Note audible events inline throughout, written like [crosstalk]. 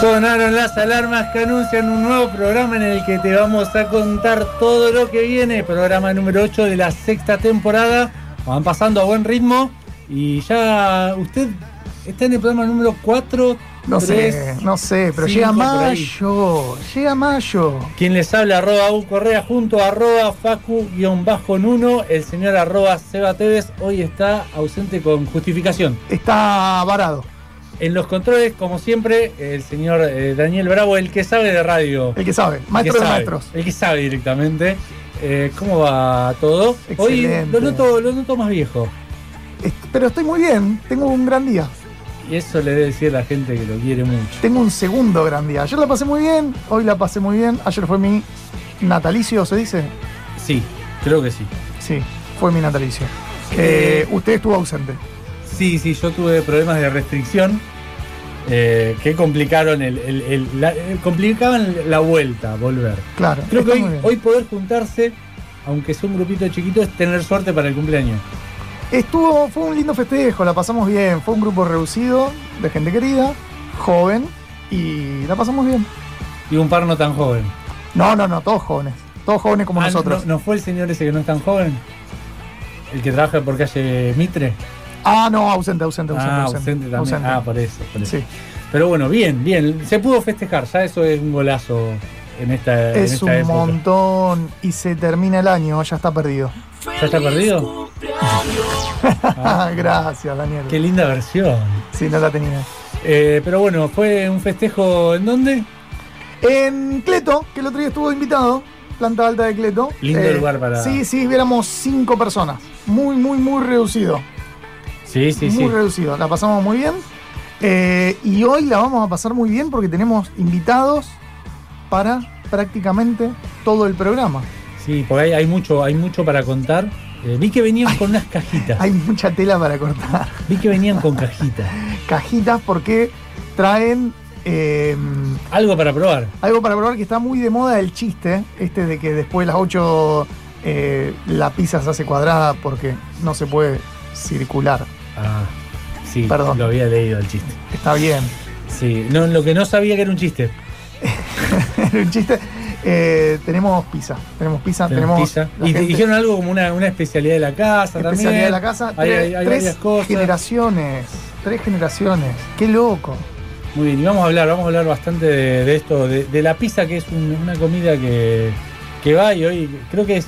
Sonaron las alarmas que anuncian un nuevo programa en el que te vamos a contar todo lo que viene. Programa número 8 de la sexta temporada. Van pasando a buen ritmo. Y ya usted está en el programa número 4. No sé, no sé, pero cinco llega por ahí. mayo, llega mayo. Quien les habla, arroba U Correa, junto a arroba Facu-Nuno. El señor arroba Seba Tevez hoy está ausente con justificación. Está varado. En los controles, como siempre, el señor eh, Daniel Bravo, el que sabe de radio. El que sabe, El que maestro de sabe, maestros. El que sabe directamente. Eh, ¿Cómo va todo? Hoy Excelente. lo noto, lo noto más viejo. Es- Pero estoy muy bien, tengo un gran día. Y eso le debe decir a la gente que lo quiere mucho. Tengo un segundo gran día. Ayer la pasé muy bien, hoy la pasé muy bien. Ayer fue mi natalicio, ¿se dice? Sí, creo que sí. Sí, fue mi natalicio. Eh, usted estuvo ausente. Sí, sí, yo tuve problemas de restricción eh, que complicaron el, el- el- la, eh, complicaban la vuelta, volver. Claro. Creo que está hoy, muy bien. hoy poder juntarse, aunque sea un grupito chiquito, es tener suerte para el cumpleaños. Estuvo, fue un lindo festejo, la pasamos bien. Fue un grupo reducido de gente querida, joven, y la pasamos bien. Y un par no tan joven. No, no, no, todos jóvenes. Todos jóvenes como Ah, nosotros. ¿no, no fue el señor ese que no es tan joven? ¿El que trabaja por calle Mitre? Ah, no, ausente, ausente, ausente. ah, ausente, también. ausente. Ah, por eso. por eso. Sí, Pero bueno, bien, bien. Se pudo festejar, ya eso es un golazo en esta, en es esta un época. montón y se termina el año, ya está perdido. ¿Ya está [laughs] perdido? Ah, Ah, gracias, Daniel. qué linda versión. Sí, no la tenía. Eh, pero bueno, fue un festejo en dónde? En Cleto, que el otro día estuvo invitado, planta alta de Cleto. eh, Lindo lugar para- Sí, sí, viéramos cinco personas. Muy, muy, muy reducido. Sí, sí, muy sí. reducido. La pasamos muy bien. Eh, y hoy la vamos a pasar muy bien porque tenemos invitados para prácticamente todo el programa. Sí, porque hay, hay mucho, hay mucho para contar. Eh, vi que venían con unas cajitas. Hay mucha tela para cortar. Vi que venían [laughs] con cajitas. Cajitas porque traen eh, Algo para probar. algo para probar que está muy de moda el chiste, este de que después de las 8 eh, la pizza se hace cuadrada porque no se puede circular. Ah, sí, Perdón. lo había leído el chiste. Está bien. Sí, no, lo que no sabía que era un chiste. Era un chiste. Eh, tenemos pizza. Tenemos pizza. Tenemos, pizza. la Y te gente- dijeron algo como una, una especialidad de la casa Especialidad también. de la casa. Hay, Tres- hay- hay tres varias cosas. generaciones. Tres generaciones. Qué loco. Muy bien, y vamos a hablar, vamos a hablar bastante de, de esto, de, de la pizza, que es un- una comida que, que va y hoy creo que es,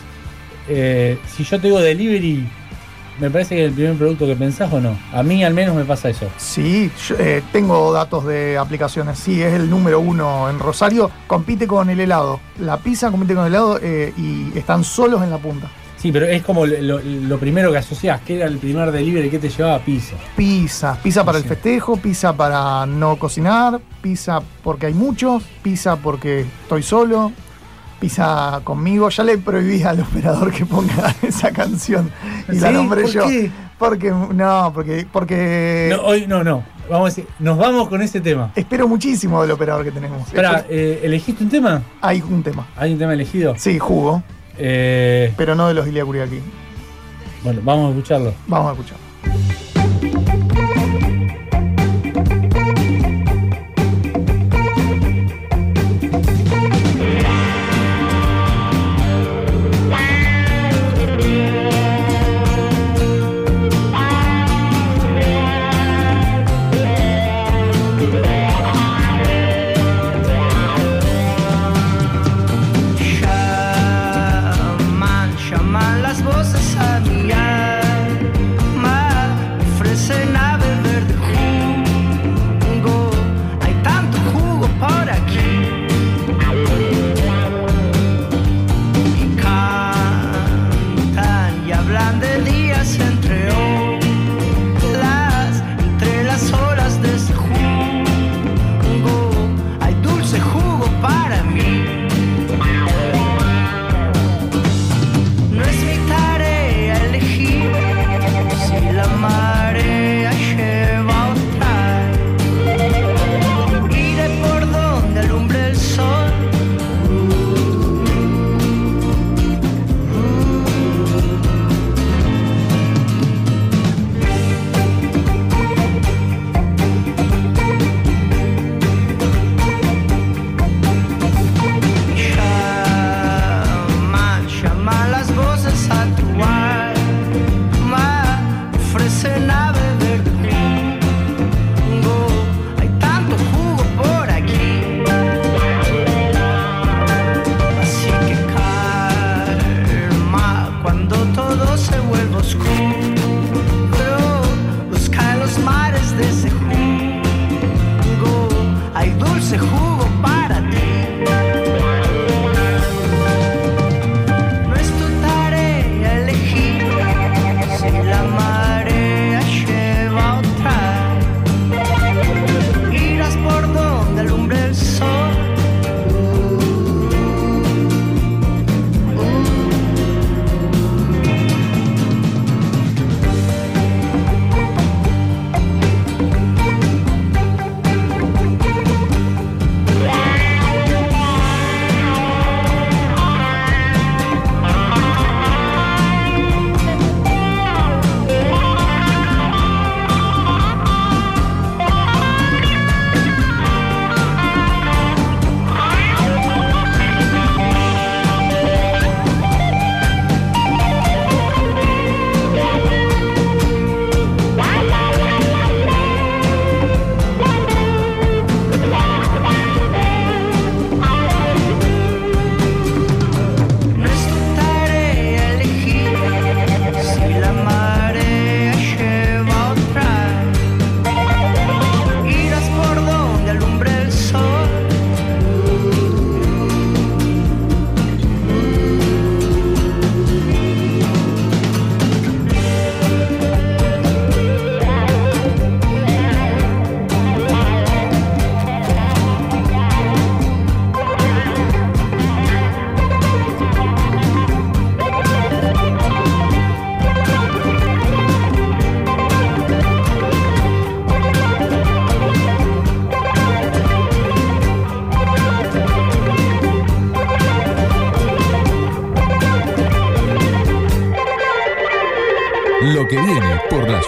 eh, si yo te digo delivery, me parece que es el primer producto que pensás o no. A mí al menos me pasa eso. Sí, yo, eh, tengo datos de aplicaciones. Sí, es el número uno en Rosario. Compite con el helado. La pizza compite con el helado eh, y están solos en la punta. Sí, pero es como lo, lo primero que asociás, que era el primer delivery que te llevaba pizza. Pizza, pizza para el Sí. festejo, pizza para no cocinar, pizza porque hay muchos, pizza porque estoy solo, pizza conmigo. Ya le prohibí al operador que ponga [laughs] esa canción y la ¿Sí? nombré ¿Por yo. qué? Porque, no, porque, porque No, hoy no, no. Vamos a decir, nos vamos con ese tema. espero muchísimo del operador que tenemos. Espera, Espero- eh, ¿elegiste un tema? Hay un tema. ¿Hay un tema elegido? Sí, jugo, Eh, pero no de los Ilia Kuriaki. bueno, vamos a escucharlo. Vamos a escuchar.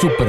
Super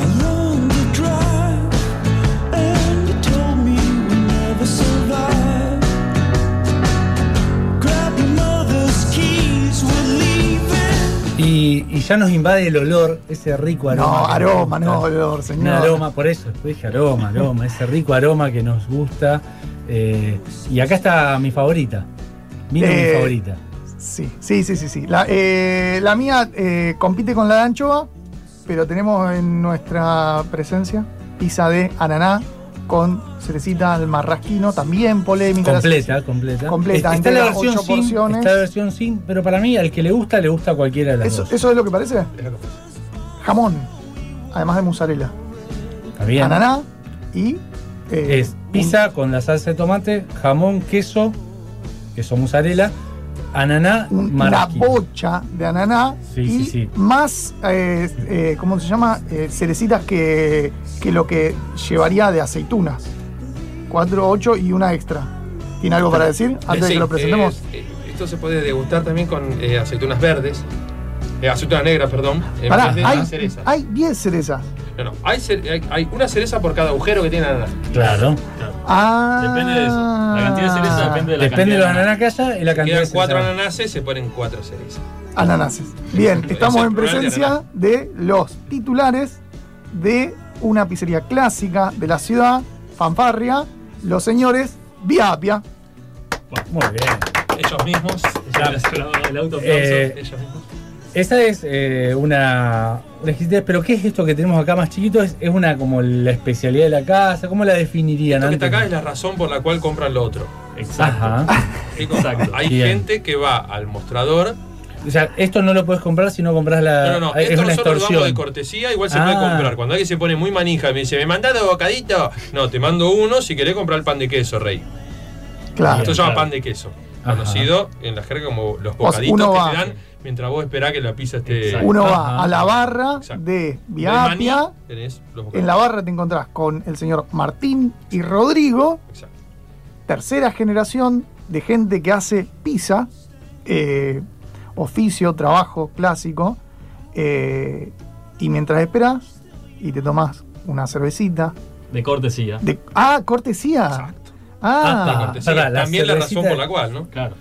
Along the drive, and you told me we never survive. Grab your mother's keys, we're leaving. [laughs] Y, y ya nos invade el olor, ese rico aroma. No, que aroma, nos no gusta. olor, Un señor. aroma, por eso dije aroma, aroma, ese rico aroma que nos gusta. Eh, y acá está mi favorita. Vino mi Eh, favorita. Sí, sí, sí, sí. sí. La, eh, la mía eh, compite con la de anchoa, pero tenemos en nuestra presencia pizza de ananá con cerecita al marrasquino, también polémica. la Completa, completa. Completa, Está, está la entera, versión ocho sin, porciones. está la versión sin, pero para mí al que le gusta, le gusta cualquiera de las ¿Eso, dos. ¿Eso es lo que parece? Es lo que Jamón, además de mozzarella. Está bien. Ananá y... eh, Es pizza con la salsa de tomate, jamón, queso, queso mozzarella, ananá, un- un- una marroquí. bocha de ananá Sí, y sí, sí. más, eh, eh, ¿cómo se llama? Eh, cerecitas que, que lo que llevaría de aceitunas. Cuatro, ocho y una extra. ¿Tiene algo para decir antes de Sí, que lo presentemos? eh, eh, esto se puede degustar también con eh, aceitunas verdes. eh, aceitunas negras, perdón. en Pará, vez de hay, la cereza. hay 10 cerezas. No, no, hay, cere- hay- hay una cereza por cada agujero que tiene la naranja. Claro. Ah, Depende de eso. La cantidad de cereza depende de la Ah, Depende de la cantidad. ananá que haya y la cantidad Quedan de cuatro salsa. ananases, se ponen cuatro cerezas. Ananases. Bien, Ese estamos es el en plural de presencia ananá. de los titulares de una pizzería clásica de la ciudad, Fanfarria, los señores Viapia. Muy bien. Ellos mismos. Ya, ellos- el auto Eh, ellos mismos. Esa es eh, una, una exquisitez, pero ¿qué es esto que tenemos acá más chiquito? ¿Es, es una como la especialidad de la casa? ¿Cómo la definirían Esto que antes? está acá es la razón por la cual compran lo otro. Exacto. Ajá. Chicos, Exacto. Hay Bien. gente que va al mostrador. O sea, esto no lo puedes comprar si no compras la. No, no, no. Ah, Es Esto una nosotros lo damos de extorsión. cortesía, igual se Ah. puede comprar. Cuando alguien se pone muy manija y me dice, ¿me mandás dos bocaditos? No, te mando uno si querés comprar el pan de queso, rey. Claro. Esto se llama claro. pan de queso. Ajá. Conocido en la jerga como los O sea, bocaditos uno que va. te dan mientras vos esperás que la pizza esté. Exacto. Uno Ajá. va a la barra Exacto. de Del maní, Viapia. tenés los bocaditos. En la barra te encontrás con el señor Martín y Rodrigo, Exacto. tercera generación de gente que hace pizza, eh, oficio, trabajo clásico. eh, y mientras esperás y te tomás una cervecita. De cortesía. de- ah, cortesía. La Ah, cortesía. pará, la También la razón cervecita- por la cual, ¿no? Claro.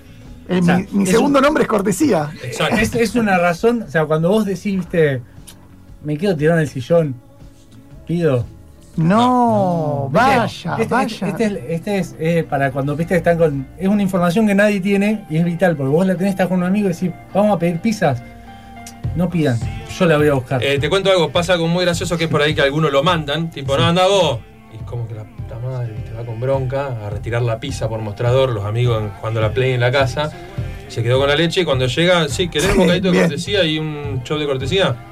eh, O sea, mi, mi es segundo nombre es cortesía. Exacto. Es, es una razón, o sea, cuando vos decís, viste, me quedo tirado en el sillón, pido. No, Viste, Oh, vaya, este, vaya. Este, este es, este es, eh, para cuando viste que están con. Es una información que nadie tiene y es vital, porque vos la tenés, estás con un amigo y decís, vamos a pedir pizzas. No pidan, yo la voy a buscar. Eh, te cuento algo, pasa algo muy gracioso que es por ahí que algunos lo mandan, tipo, no, anda vos. Y es como que la puta madre, te va con bronca a retirar la pizza por mostrador, los amigos en- cuando la play en la casa. Se quedó con la leche y cuando llega, sí, ¿querés un Sí, bocadito de bien. cortesía y un show de cortesía? [laughs]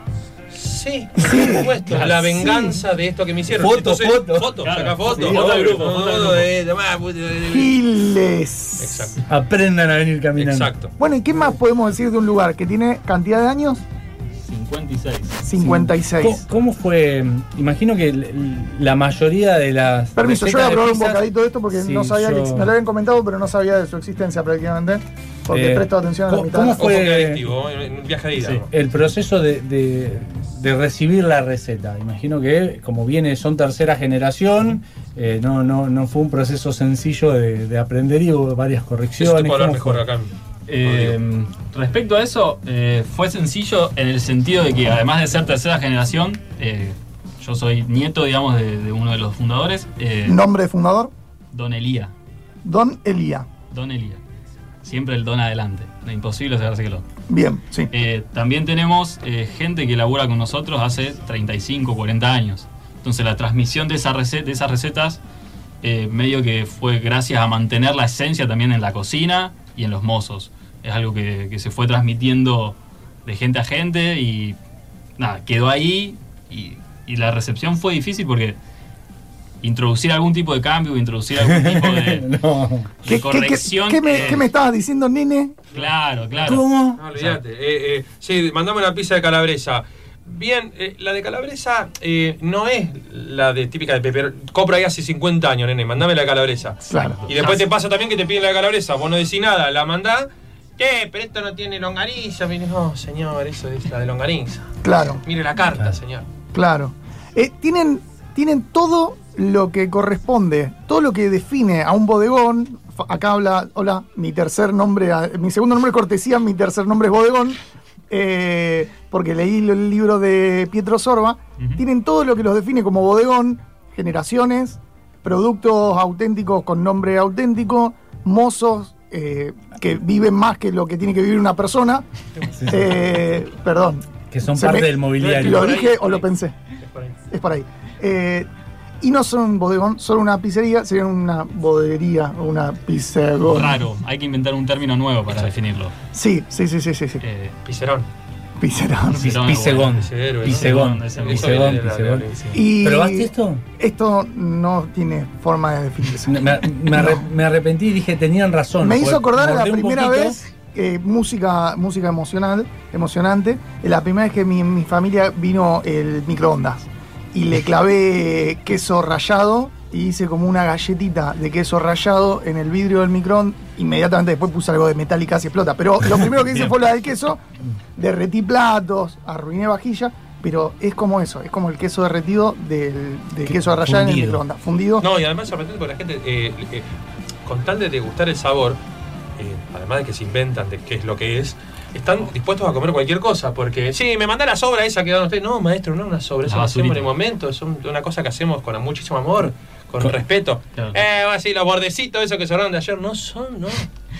Sí, por supuesto. La venganza de esto que me hicieron. Foto, Entonces, foto. Foto, Claro, saca foto. sí, foto del grupo, No, foto del no, grupo. eh, tomá, puta, eh, Giles. Exacto, Aprendan a venir caminando. exacto. Bueno, ¿y qué más podemos decir de un lugar que tiene cantidad de años? 56. 56. ¿Cómo, cómo fue? Imagino que l- l- la mayoría de las. Permiso, yo voy a recetas de probar un pizzas- bocadito de esto porque Sí, no sabía que yo- me lo habían comentado, pero no sabía de su existencia prácticamente. Porque Eh, presto atención a la ¿cómo- mitad. cómo Ojo fue? que adictivo, eh, un viaje de ida. Sí. ¿no? el proceso de, de- de recibir la receta. Imagino que como viene, son tercera generación, eh, no, no, no fue un proceso sencillo de, de aprender y hubo varias Eso te correcciones. puedo hablar ¿Cómo mejor fue? acá. Eh, respecto a eso, eh, fue sencillo en el sentido de que además de ser tercera generación, eh, yo soy nieto, digamos, de, de uno de los fundadores, eh, Nombre de fundador, Don Elía. Don Elía. Don Elía. Siempre el don adelante. Imposible sacárselo. Bien, sí. Eh, también tenemos eh, gente que labora con nosotros hace 35, 40 años. Entonces la transmisión de, esa rece- de esas recetas eh, medio que fue gracias a mantener la esencia también en la cocina y en los mozos. Es algo que, que se fue transmitiendo de gente a gente y nada, quedó ahí y, y la recepción fue difícil porque introducir algún tipo de cambio, introducir algún tipo [laughs] de, no. de corrección. qué me, eh, qué me estabas diciendo, nene? Claro, claro. ¿Cómo? No, olvídate. Eh, eh, sí, mandame una pizza de calabresa. Bien, eh, la de calabresa eh, no es la de típica de Pepe. Compro ahí hace 50 años, nene. Mandame la de calabresa. Claro. Y después te pasa también que te piden la de calabresa. Vos no decís nada, la mandás. Eh, pero esto no tiene longaniza. Mire, no, señor, eso es la de longaniza. Claro, Mire la carta, señor. claro. Eh, tienen, tienen todo lo que corresponde, todo lo que define a un bodegón. Fa- Acá habla, hola, mi tercer nombre, ah, mi segundo nombre es cortesía, mi tercer nombre es bodegón. eh, porque leí lo- el libro de Pietro Sorba. Ujú. Tienen todo lo que los define como bodegón, generaciones, productos auténticos con nombre auténtico, mozos eh, que viven más que lo que tiene que vivir una persona. Eh, perdón, Que son Se parte me- del ¿Lo mobiliario. Por ahí, dije o por lo ahí. pensé? Es por ahí. Es por ahí. Eh, y no son un bodegón, son una pizzería, serían una bodería, una pizzería. Raro, hay que inventar un término nuevo para definirlo. Sí, sí, sí, sí, sí, sí. Eh, Picerón. Pizzería. Sí. Pisegón, Pisegón. ese héroe, ¿no? Pisegón. Ese Eso Pisegón, viene de la- Pisegón. de la- sí. Y ¿Probaste esto? Esto no tiene forma de definirse. Me, me arre- me arrepentí y dije, tenían razón. Me Porque hizo acordar a la mordí un primera poquito. vez eh, música, música emocional, emocionante. Eh, La primera vez que mi, mi familia vino el microondas y le clavé queso rallado y hice como una galletita de queso rallado en el vidrio del microondas. Inmediatamente después puse algo de metal y casi explota. Pero lo primero [laughs] que hice fue la del queso. Derretí platos, arruiné vajilla. Pero es como eso, es como el queso derretido del, del Que- queso rallado en el fundido. microondas. Fundido. No, y además sorprendente porque la gente, eh, eh, con tal de degustar el sabor, eh, además de que se inventan de qué es lo que es, están dispuestos a comer cualquier cosa. Porque, sí, me manda la sobra esa que dan ustedes. No, maestro, no es una sobra, eso La lo hacemos en el basurita. momento, es un- una cosa que hacemos con muchísimo amor, con, Con- respeto. Claro. Eh, así, los bordecitos esos que sobraron de ayer, no son, no.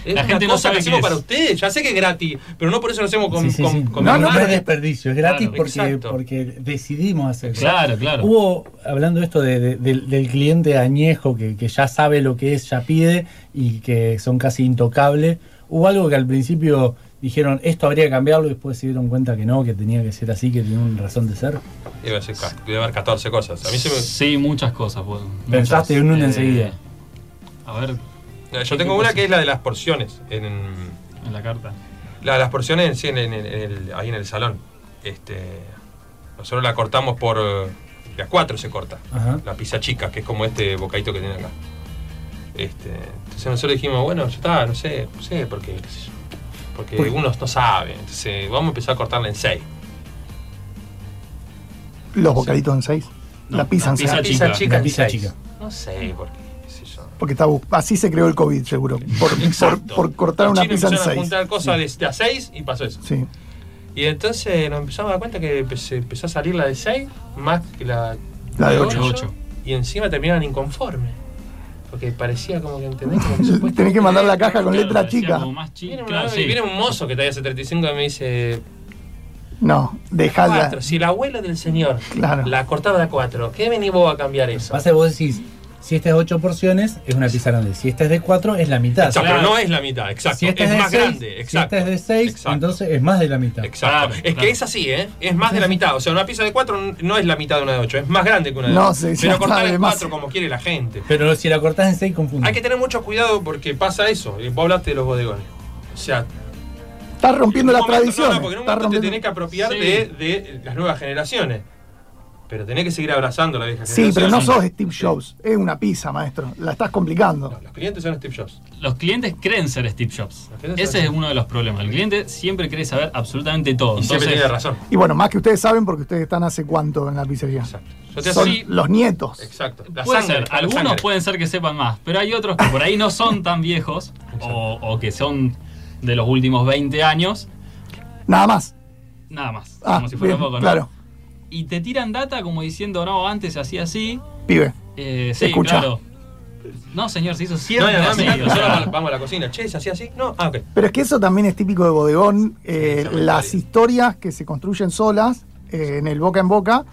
Es La una gente no cosa sabe qué que hacemos es. para ustedes, ya sé que es gratis, pero no por eso lo hacemos con, Sí, sí, con- sí. con no, mi no, madre. es desperdicio, es gratis Claro, porque, exacto. porque decidimos hacerlo. claro, claro. Hubo, hablando esto de- de- del, del cliente añejo que, que ya sabe lo que es, ya pide y que son casi intocables, hubo algo que al principio dijeron esto habría que cambiarlo y después se dieron cuenta que no, que tenía que ser así, que tenía una razón de ser. Iba a ser ca- iba a haber 14 cosas. A mí se me, Sí, muchas cosas. pues, muchas. Pensaste en una enseguida. A ver, Eh, ¿Qué- Yo qué tengo una cosa? que es la de las porciones. En, en la carta. la de las porciones sí, en, en- en el- ahí en el salón. Este, nosotros la cortamos por. eh, De a cuatro se corta. Ah. Ajá. La pizza chica, que es como este bocadito que tiene acá. Este, entonces nosotros dijimos, bueno, ya está, no sé, no sé, porque. qué sé yo, porque Porque- unos no saben. Entonces vamos a empezar a cortarla en seis. Los bocaditos en seis. No, la pizza la en pizza seis. La pizza chica, chica la en pizza seis. chica. No sé, porque. qué sé yo. Porque está bu- así se creó el COVID, seguro. Por, por, Exacto. por cortar Los una chinos pizza en empezaron a seis. juntar cosas de- de a seis y pasó eso. Sí. Y entonces nos empezamos a dar cuenta que empe- se empezó a salir la de 6 más que la, La de ocho, ocho. Y encima terminaban inconformes. Porque parecía como que entendés como [laughs] que supuestamente- Tenés que mandar la caja con Claro, letra parecía chica. como más chica, Viene, un- claro, sí. viene un mozo que trae hace 35 y me dice. No, dejala. Cuatro, si el abuelo del señor Claro. la cortaba a 4, ¿qué venís vos a cambiar eso? Pasa que vos decís, si esta es de 8 porciones, es una pizza grande. Si esta es de 4, es la mitad. Exacto, Claro. pero no es la mitad, exacto. Si esta es, de más seis, grande, exacto. Si esta es de 6, exacto. entonces es más de la mitad. Exacto. Claro, es claro. que es así, ¿eh? Es más de la mitad. O sea, una pizza de 4 no es la mitad de una de 8, es más grande que una de No, 8. sí, ya Pero cortar está, en además- 4 como quiere la gente. Pero si la cortás en 6, confunde. Hay que tener mucho cuidado porque pasa eso. Y Vos hablaste de los bodegones. O sea, Estás rompiendo en las un momento- no, tradiciones. no, porque en un Estás momento te rompiendo- tenés que apropiar Sí. de, de las nuevas generaciones. Pero tenés que seguir abrazando a la vieja Sí, pero generación. no sos Steve Jobs. Es una pizza, maestro. La estás complicando. No, los clientes son Steve Jobs. Los clientes creen ser Steve Jobs. Los clientes Ese son- es uno de los problemas. El cliente siempre quiere saber absolutamente todo. Y siempre Entonces, tiene razón. Y bueno, más que ustedes saben porque ustedes están hace cuánto en la pizzería. Exacto. Yo te Son así. los nietos. Exacto. La puede sangre, ser, la algunos sangre. pueden ser que sepan más, pero hay otros que por ahí no son tan viejos o, o que son de los últimos 20 años, Nada más. nada más. Ah, como si fuera bien, poco, ¿no? claro. Y te tiran data como diciendo, no, antes se hacía así. Pibe. Eh, sí, Escucha. claro. No, señor, se hizo No, siempre y además, así. mirá, o nosotros sea, vamos- vamos a la cocina. Che, ¿se hacía así? No. Ah, ok. Pero es que eso también es típico de bodegón. eh, esa las mentalidad. historias que se construyen solas eh, en el boca en boca.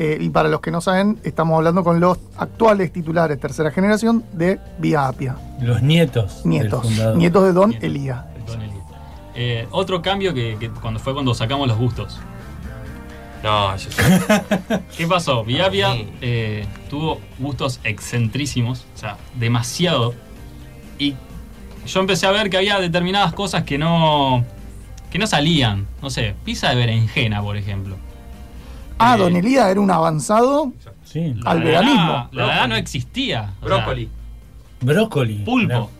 eh, y para los que no saben, estamos hablando con los actuales titulares tercera generación de Vía Apia. Los nietos. del Nietos. fundador. Nietos de Don Nietos. Elías. Don Eli. Eh, otro cambio que, que cuando fue cuando sacamos los gustos. No, eso es. [laughs] ¿Qué pasó? Viavia Sí. eh, tuvo gustos excentrísimos, o sea, demasiado. Y yo empecé a ver que había determinadas cosas que no, que no salían. No sé, pizza de berenjena, por ejemplo. Ah, Eh, Don Elías era un avanzado. Sí. La Al de veganismo. La, la de Adán no existía. o sea, Brócoli. Brócoli. pulpo.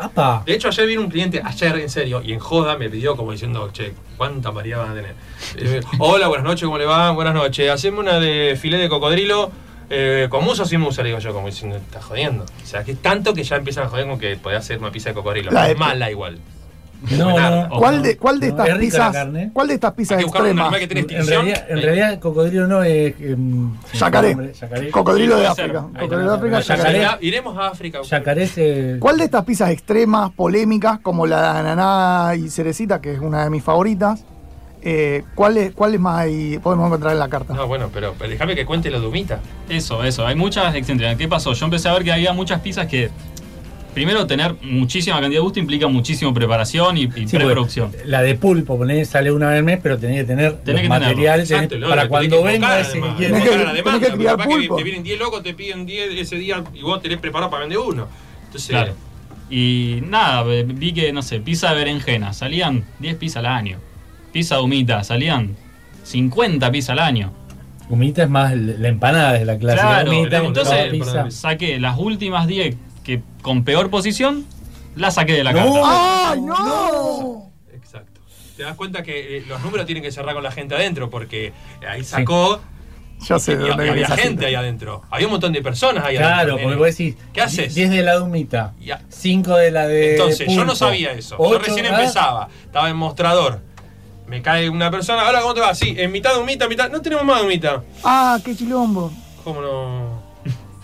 Apa. De hecho, ayer vino un cliente, ayer en serio, y en joda me pidió como diciendo, che, ¿cuánta variedad van a tener? Y yo, Hola, buenas noches, ¿cómo le va? Buenas noches, hacemos una de filé de cocodrilo. eh, ¿Con musa o sin musa? Le digo yo, como diciendo, está jodiendo. O sea, que es tanto que ya empiezan a joder con que podía hacer una pizza de cocodrilo. La de- Mala igual. No, no, no. ¿Cuál de, cuál de No, estas es rica la pizzas? carne. ¿Cuál de estas pizzas Hay que buscar un extremas? animal que tenga En extinción. realidad, en realidad el cocodrilo no es. em, Yacaré. hombre, Yacaré. Cocodrilo de Puede ser. África. Ahí está, Cocodrilo de África, ahí está. yacaré. Irá- Iremos a África. Yacaré se. ¿Cuál de estas pizzas extremas, polémicas, como la de ananá y cerecita, que es una de mis favoritas, eh, ¿cuáles cuáles más hay- podemos encontrar en la carta? No, bueno, pero, pero déjame que cuente la dumita. Eso, eso. Hay muchas excentricidades. ¿Qué pasó? Yo empecé a ver que había muchas pizzas que. Primero, tener muchísima cantidad de gusto implica muchísimo preparación y, y Sí, porque preproducción. La de pulpo, poné, sale una vez al mes, pero tenés que tener Tenés los que tenerlo. materiales tenés- Exacto, y luego para le cuando tenés que venga invocar, ese que además, quiere. Tenés invocar que- a la tenés demanda, que criar porque capaz pulpo. Te vienen 10 locos, te piden 10 ese día y vos tenés preparado para vender uno. Entonces, Claro. Y nada, ve- vi que, no sé, pizza de berenjena, salían 10 pizzas al año. Pizza de humita, salían 50 pizzas al año. Humita es más l- la empanada es la clase. Claro, humita, entonces- empanada, pizza. perdón. Saqué las últimas 10 que con peor posición, las saqué de la No. carta. ¡Ay, no! Exacto. Te das cuenta que eh, los números tienen que cerrar con la gente adentro, porque ahí sacó Ya sé y, de y dónde viene había esa gente cita. ahí adentro. Había un montón de personas ahí adentro. Claro, nene. porque vos decís. ¿Qué haces? 10 de la de humita, Ya. 5 de la de. Entonces, yo pulpo, no sabía eso. yo ocho, recién ah, empezaba. Estaba en mostrador. Me cae una persona. Ahora, ¿cómo te va? Sí, en mitad de humita, en mitad. No tenemos más humita. ¡Ah, qué chilombo! ¿Cómo no?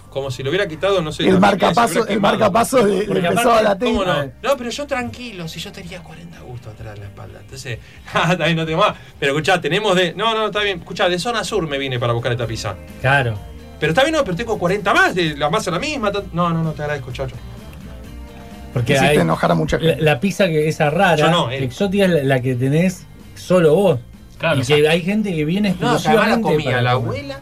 Como si lo hubiera quitado, no sé. El la marcapaso, hubiera el quemado. marcapaso le, le Porque empezó aparte, a la ¿Cómo no? Eh. No, pero yo tranquilo, si yo tenía 40 gustos atrás de la espalda. Entonces, [laughs] ah, ahí no tengo más. Pero escuchá, tenemos de. No, no, está bien. Escuchá, de zona sur me vine para buscar esta pizza. Claro. Pero está bien, no, pero tengo 40 más, de la masa la misma. tan- No, no, no, te agradezco, chacho. Porque Hiciste hay. enojar a mucha La, gente. la pizza que esa rara, Yo no, él. exótica, es la, la que tenés solo vos. Claro, y que hay gente que viene No, se la exclusivamente comía para la comer. abuela,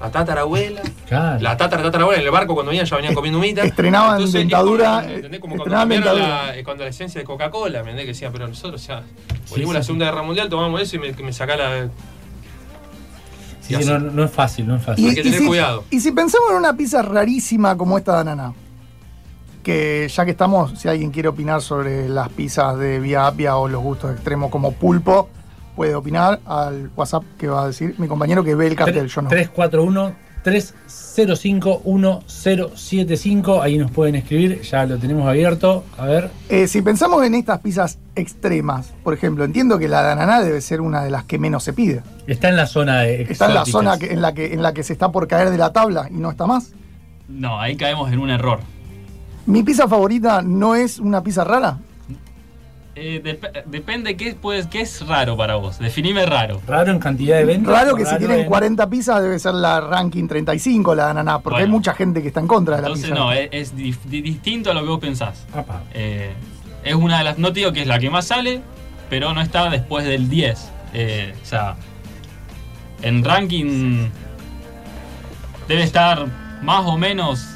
la tatarabuela, Claro. la tatara, tatarabuela en el barco cuando venían ya venían comiendo humita. Estrenaban es dentadura, como, ¿entendés? Como cuando estrenaban cambiaron dentadura. la, eh, cuando la esencia de Coca-Cola, ¿me entendés? Que decían, pero nosotros ya volvimos sí, la sí. Segunda Guerra Mundial, tomamos eso y me, que me sacá la. Y Sí, sí, así. no, no es fácil, no es fácil. hay que tener si, cuidado. y si pensamos en una pizza rarísima como esta de ananá, que ya que estamos, si alguien quiere opinar sobre las pizzas de Vía Apia o los gustos extremos como pulpo, puede opinar al WhatsApp que va a decir mi compañero que ve el cartel, yo no. 341 305 1075 ahí nos pueden escribir, ya lo tenemos abierto. A ver, Eh, si pensamos en estas pizzas extremas, por ejemplo, entiendo que la de ananá debe ser una de las que menos se pide. está en la zona de Está en la exóticas. zona que- en, la que, en la que se está por caer de la tabla y no está más. No, ahí caemos en un error. Mi pizza favorita no es una pizza rara. Eh, dep- depende qué, pues, qué es raro para vos. Definime raro. raro en cantidad de ventas. Raro que si tienen en- 40 pizzas debe ser la ranking 35 la de ananá, porque hay Bueno. mucha gente que está en contra de la Entonces pizza. no, es, es dif- di- distinto a lo que vos pensás. Apa. Eh, es una de las, no te digo que es la que más sale, pero no está después del 10. Eh, o sea, en ranking debe estar más o menos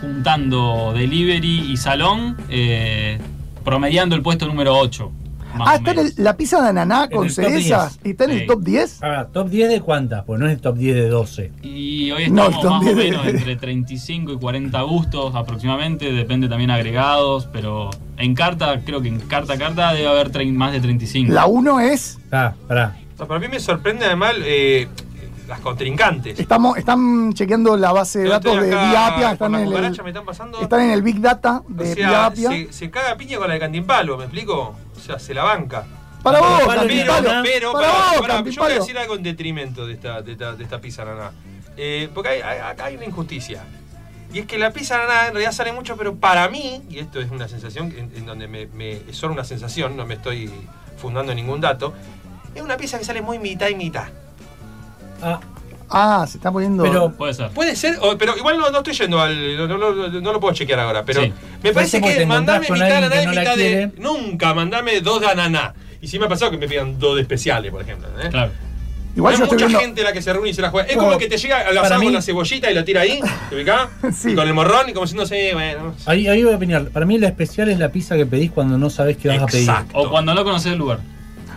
juntando delivery y salón, eh, promediando el puesto número 8. ah, está en el- la pizza de ananá En con el top cerezas, está en el Sí. top 10. Ahora, ¿top 10 de cuántas? Pues no es el top 10 de 12. Y hoy No, estamos más o también. menos entre 35 y 40 gustos aproximadamente, depende también agregados, pero en carta, creo que en carta a carta debe haber trein- más de 35. La 1 es, Ah, pará. O sea, para mí me sorprende además eh, las contrincantes. estamos, están chequeando la base de Yo estoy datos de acá Vía Apia, con están las en, el, cucarachas, me están pasando. están en el Big Data O de Vía sea, Apia. se, se caga piña con la de Cantimpalo, ¿me explico? O sea, se la banca. Para vos, Pero, Pero, Campipalo, Naná. pero, para pará, vos, pará, yo voy a Campipalo. decir algo en detrimento de esta, de esta, de esta pizza naná. Eh, porque hay- hay- acá hay una injusticia. Y es que la pizza naná en realidad sale mucho, pero para mí, y esto es una sensación en, en donde me, me- es solo una sensación, no me estoy fundando en ningún dato, es una pizza que sale muy mitad y mitad. Ah, Ah, se está poniendo. Pero- Puede ser. Puede ser, o- pero igual no, no estoy yendo al. No, no- no- no lo puedo chequear ahora, pero Sí. me parece como que que te mandame encontrás con mitad de ananá alguien y que no la mitad de. quiere. Nunca mandame dos de ananá. Y si me ha pasado que me pidan dos de especiales, por ejemplo. ¿eh? Claro. Igual No yo es estoy mucha viendo. gente la que se reúne y se la juega. Es No, como el que te llega a la para asado mí- con la cebollita y la tira ahí, ¿te ubicás? [laughs] Sí. Con el morrón y como diciendo, sí, bueno. Ahí, ahí voy a opinar. Para mí la especial es la pizza que pedís cuando no sabés qué vas a pedir. Exacto. O cuando no conoces el lugar.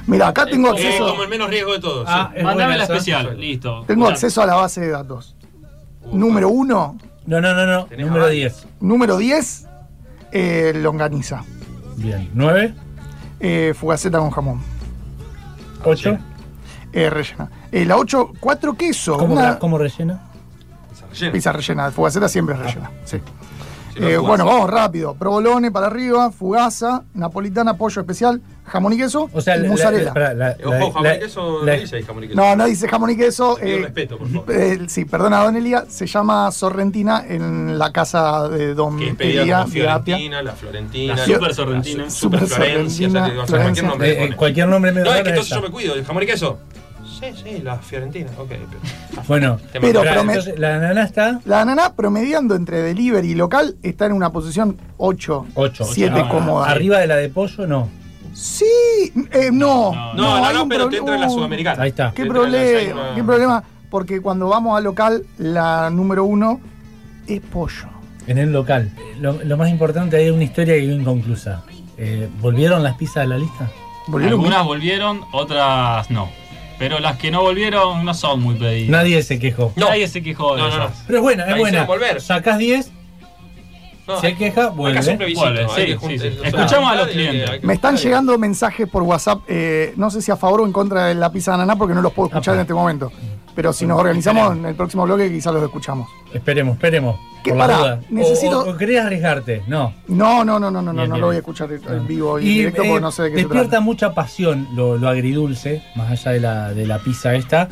Mira, acá tengo Eh, Es acceso, como el menos riesgo de todos. sí. Ah, Es Mandame buena la esa. especial, listo. tengo Ya. acceso a la base de datos. Uh, Número uno, No, no, no, no. Tenés Número más. 10. número 10, eh, longaniza. Bien. 9, Eh, fugaceta con jamón. 8. Eh, rellena. Eh, la 8, cuatro quesos. ¿Cómo, una cómo rellena? se rellena. Ah, pizza rellena. Fugaceta siempre es rellena. Sí. Si no, Eh, jugás. bueno, vamos rápido. Provolone para arriba, fugaza, napolitana, pollo especial, jamón y queso. O sea, y la- la- mozzarella. espera, la- Eh, Ojo, la- jamón la- y queso, la- no dice ahí jamón y queso. no, no dice jamón y queso. Te pido eh, respeto, por favor. eh, sí, perdona, don Elías. Se llama Sorrentina en la casa de don Que es pedida Elías como de Apia. Fiorentina, la Florentina, La la super sorrentina. Super Super Florencia, ya te digo, o sea, cualquier Florencia. nombre le eh, eh, ponen. cualquier nombre me No, es que raro entonces esa. yo me cuido, el jamón y queso. Sí, sí, la Fiorentina, ok. Bueno, Te Pero, mando- pará, pero me- entonces, la ananá está La ananá promediando entre delivery y local está en una posición 8. 8. 7 Ah, cómoda. Arriba de la de pollo, no. Sí, eh, no. No, No, hay no, no, un pero te proble- entra en la uh, sudamericana. Ahí está. ¿Qué Te entra en la- hay problema? una- ¿Qué problema? Porque cuando vamos al local, la número uno es pollo. En el local. Lo, lo más importante, hay una historia que quedó inconclusa. Eh, ¿Volvieron las pizzas de la lista? Volvieron Algunas volvieron, otras no. Pero las que no volvieron no son muy pedidas. Nadie se quejó. No. Nadie se quejó de No, no, no. ellas. Pero es buena, La es buena. hicieron volver. Sacás 10, No, si hay queja, acá son vuelve. plebiscito, Vuelve, hay sí, que juntar- sí, sí. o sea, Escuchamos a los hay que- clientes. hay que Me están juntar y- llegando mensajes por WhatsApp, eh, no sé si a favor o en contra de la pizza de ananá porque no los puedo escuchar Apa. Ah, en este momento. Pero si nos organizamos en el próximo bloque quizás los escuchamos. Esperemos, esperemos. ¿Qué por la pará? duda. O- Necesito- O, o querés arriesgarte, no. No, no, no, no, no, no, Bien, no bien. lo voy a escuchar en vivo y, en Y, directo porque eh, no sé de qué se despierta trata. mucha pasión lo, lo agridulce, más allá de la, de la pizza esta,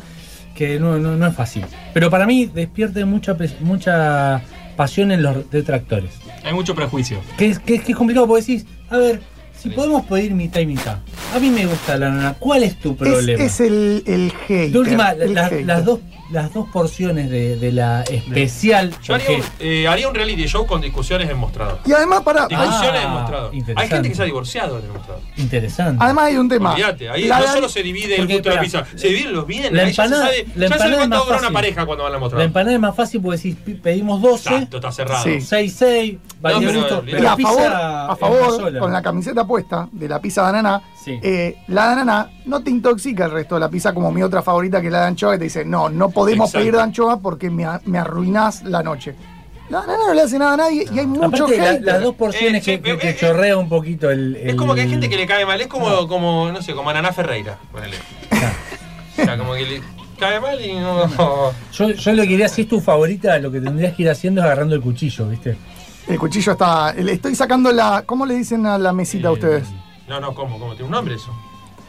que no, no- no es fácil. Pero para mí despierta mucha, pe- mucha pasión en los detractores. Hay mucho prejuicio. Que es, que es, que es complicado porque decís, a ver, si podemos pedir mitad y mitad. A mí me gusta la nana, ¿cuál es tu Es, problema? es el, el hater. de última, el la- hater. las, dos, las dos porciones de, de la especial. Yo haría un, porque- eh, haría un reality show con discusiones en mostrador. Y además, para, Discusiones Ah, en mostrador. Hay interesante. gente que se ha divorciado en el mostrador. Interesante. además hay un tema. Olvídate, ahí La no dan- solo se divide el Porque, gusto de la espera, pizza, se dividen los bienes. la ahí empanada- ya se sabe, la ya empanada sabe es cuánto más cobra una fácil. pareja cuando van a la mostrar. empanada es más fácil porque decís, pi- pedimos 12, Exacto, está cerrado. Sí. 6-6, valía pero- gusto, pero Y a pizza favor, es a una favor sola. con la camiseta puesta de la pizza de ananá, Sí. eh, la de ananá no te intoxica el resto de la pizza como mi otra favorita que es la de anchoa, que te dice, no, no podemos Exacto. pedir de anchoa porque me, a- me arruinás la noche. La de ananá no le hace nada a nadie y hay mucho Aparte, la- hater. las dos porciones Eh, sí, que, que eh, te eh, chorrea un poquito el, Es como que hay el- gente que le cae mal, es como, Ah. como no sé, como Ananá Ferreira. ponele. o sea, como que le cae mal y no. Yo, yo lo que iría, si es tu favorita, lo que tendrías que ir haciendo es agarrando el cuchillo, ¿viste? El cuchillo está. Le estoy sacando la. ¿Cómo le dicen a la mesita Eh, a ustedes? No, no, ¿cómo? ¿Cómo? ¿Tiene un nombre eso?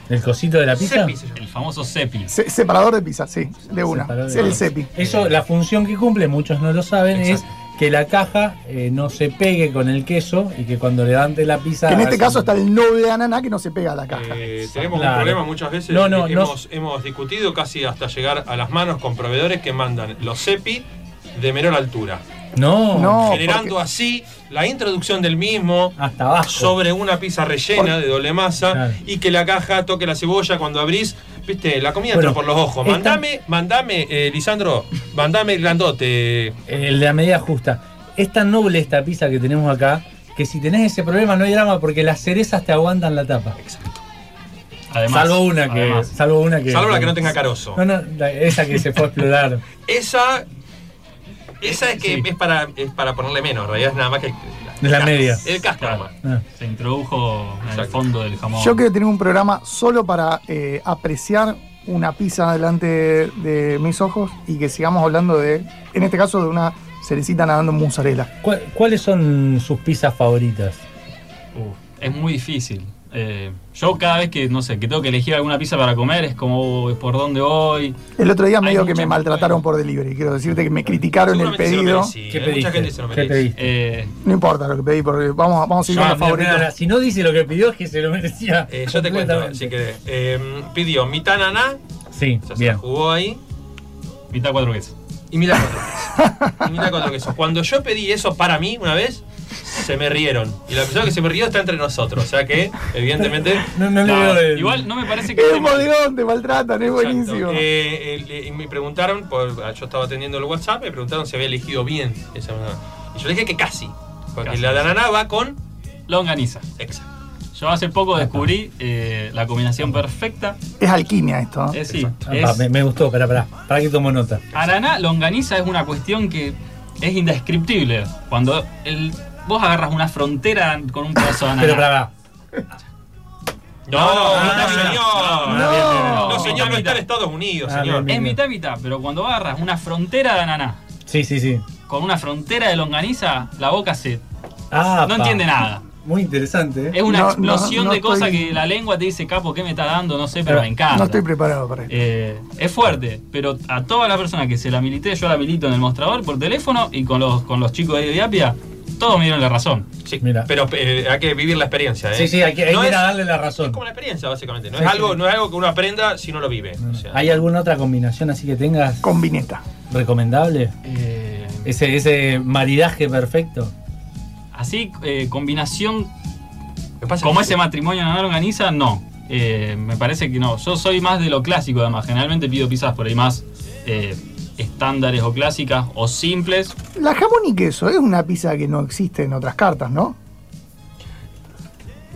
El cosito de la pizza. Cepi se llama. El famoso cepi. Se- separador de pizza, sí, de una. Separador de el pizza. cepi. Eso, la función que cumple, muchos no lo saben, Exacto. es que la caja eh, no se pegue con el queso y que cuando levante la pizza. Que en este hace- caso está el novio de ananá que no se pega a la caja. Eh, tenemos Claro. un problema muchas veces. No, no, eh, no. hemos, hemos discutido casi hasta llegar a las manos con proveedores que mandan los cepi de menor altura, No, No. generando porque- así la introducción del mismo Hasta abajo. sobre una pizza rellena de doble masa Claro. y que la caja toque la cebolla cuando abrís. Viste, la comida Bueno, entra por los ojos. esta- Mandame, mandame, eh, Lisandro, mandame el grandote. Eh, la medida justa. Es tan noble esta pizza que tenemos acá que si tenés ese problema no hay drama porque las cerezas te aguantan la tapa. Además, salvo una que. además. Salvo una que. Salvo la que no tenga carozo. No, no, la- esa que se fue a explorar. Esa. Esa es que Sí. es, para, es para ponerle menos, en realidad es nada más que. De la media. El casco Claro. nomás. Ah. Se introdujo en el Exacto. fondo del jamón. Yo quiero tener un programa solo para eh, apreciar una pizza delante de mis ojos y que sigamos hablando de, en este caso, de una cerecita nadando en mozzarella. ¿Cuál- ¿Cuáles son sus pizzas favoritas? Uf, es muy difícil. Eh, yo cada vez que, no sé, que tengo que elegir alguna pizza para comer, es como, "Uy, ¿por dónde voy? El otro día Hay medio que mucha- me maltrataron por delivery. Quiero decirte que me criticaron el Seguramente se lo pedido. merecía, ¿Qué ¿eh? pediste? Mucha gente se lo ¿Qué merece. pediste? Eh, No importa lo que pedí, porque vamos, vamos a ir Ah, con la mira, mira, favorita. si no dice lo que pidió es que se lo merecía. Eh, yo te cuento, completamente. así que eh, pidió mitad naná, Sí, o sea, se la bien. jugó ahí, mitad cuatro quesos. y mitad cuatro quesos. y mitad cuatro quesos. Cuando yo pedí eso para mí una vez, se me rieron. Y la persona que se me rió está entre nosotros. O sea que, evidentemente. [laughs] No, no le No, veo el- igual no me parece que. Es esté un mal. bodegón, te maltratan, es buenísimo. Exacto. Eh, eh, le- y me preguntaron, por- ah, yo estaba atendiendo el WhatsApp, me preguntaron si había elegido bien esa banana. Y yo le dije que casi. Porque Casi. la banana va con. Longaniza. Exacto. Yo hace poco descubrí eh, la combinación perfecta. Es alquimia esto. ¿eh? ¿no? Eh, Es, sí, Ah, es- pa, me, me gustó, pará, pará. Para que tomo nota. Araná, longaniza es una cuestión que es indescriptible. Cuando el, vos agarras una frontera con un pedazo [coughs] de Pero ananá. pará, No, no, no, no, señor. pará. No, No. señor, no está en Estados Unidos, Ah, señor. bien, es mitad mitad, pero cuando vos agarras una frontera de ananá Sí, sí, sí. con una frontera de longaniza, la boca se Ah, no pa. entiende nada. Muy interesante. ¿eh? Es una No, no, explosión no de cosas estoy- que la lengua te dice, capo, ¿qué me estás dando? No sé, pero No, me encanta. No estoy preparado para esto. Eh, es fuerte, pero a toda la persona que se la milité, yo la milito en el mostrador por teléfono y con los, con los chicos de Diapia, todos me dieron la razón. Sí, Mira. Pero eh, hay que vivir la experiencia, ¿eh? Sí, sí, hay que, hay No que es- darle la Es razón. como la experiencia, básicamente. No, Sí, es, sí. algo, no es algo que uno aprenda si no lo vive. O sea, ¿Hay alguna otra combinación así que tengas Con vineta. recomendable? Eh, Ese, ese maridaje perfecto. así, eh, combinación me pasa como que- ese matrimonio no organiza, no. Eh, me parece que no. Yo soy más de lo clásico, además. Generalmente pido pizzas por ahí más eh, estándares o clásicas o simples. La jamón y queso es una pizza que no existe en otras cartas, ¿no?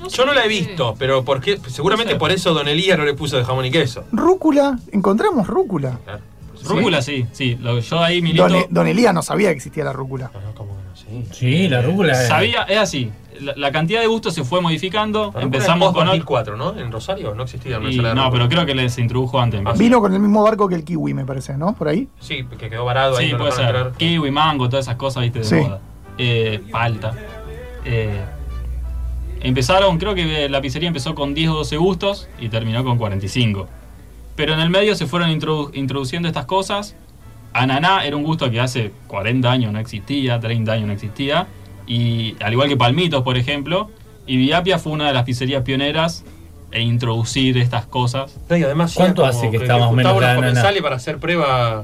Yo no la he visto, pero porque, seguramente No sé. por eso Don Elías no le puso de jamón y queso. Rúcula, encontramos rúcula. Claro. Por supuesto. Rúcula, sí, sí. Lo- yo ahí milito. Don, E-, Don Elías no sabía que existía la rúcula. No, no, ¿cómo que no? Sí. Sí, la rúcula. eh. Sabía, es así. La, la cantidad de gustos se fue modificando. Empezamos con. ol- 2004, ¿no? En Rosario no existía una y- ensalada no, rusa. pero creo que les introdujo antes. me Ah, parece. Vino con el mismo barco que el kiwi, me parece, ¿no? Por [laughs] ahí. Sí, que quedó varado ahí. Sí, no puede lo dejaron ser. entrar. Kiwi, mango, todas esas cosas, viste, de Sí. moda. Eh, palta. Eh, empezaron, creo que la pizzería empezó con 10 o 12 gustos y terminó con 45. Pero en el medio se fueron introdu- introduciendo estas cosas. Ananá era un gusto que hace 40 años no existía, 30 años no existía. Y al igual que Palmitos, por ejemplo. Y Diapia fue una de las pizzerías pioneras en introducir estas cosas. No, y además, sí, ¿Cuánto como hace que está más o juntaba menos la unos nana? comensales para hacer prueba.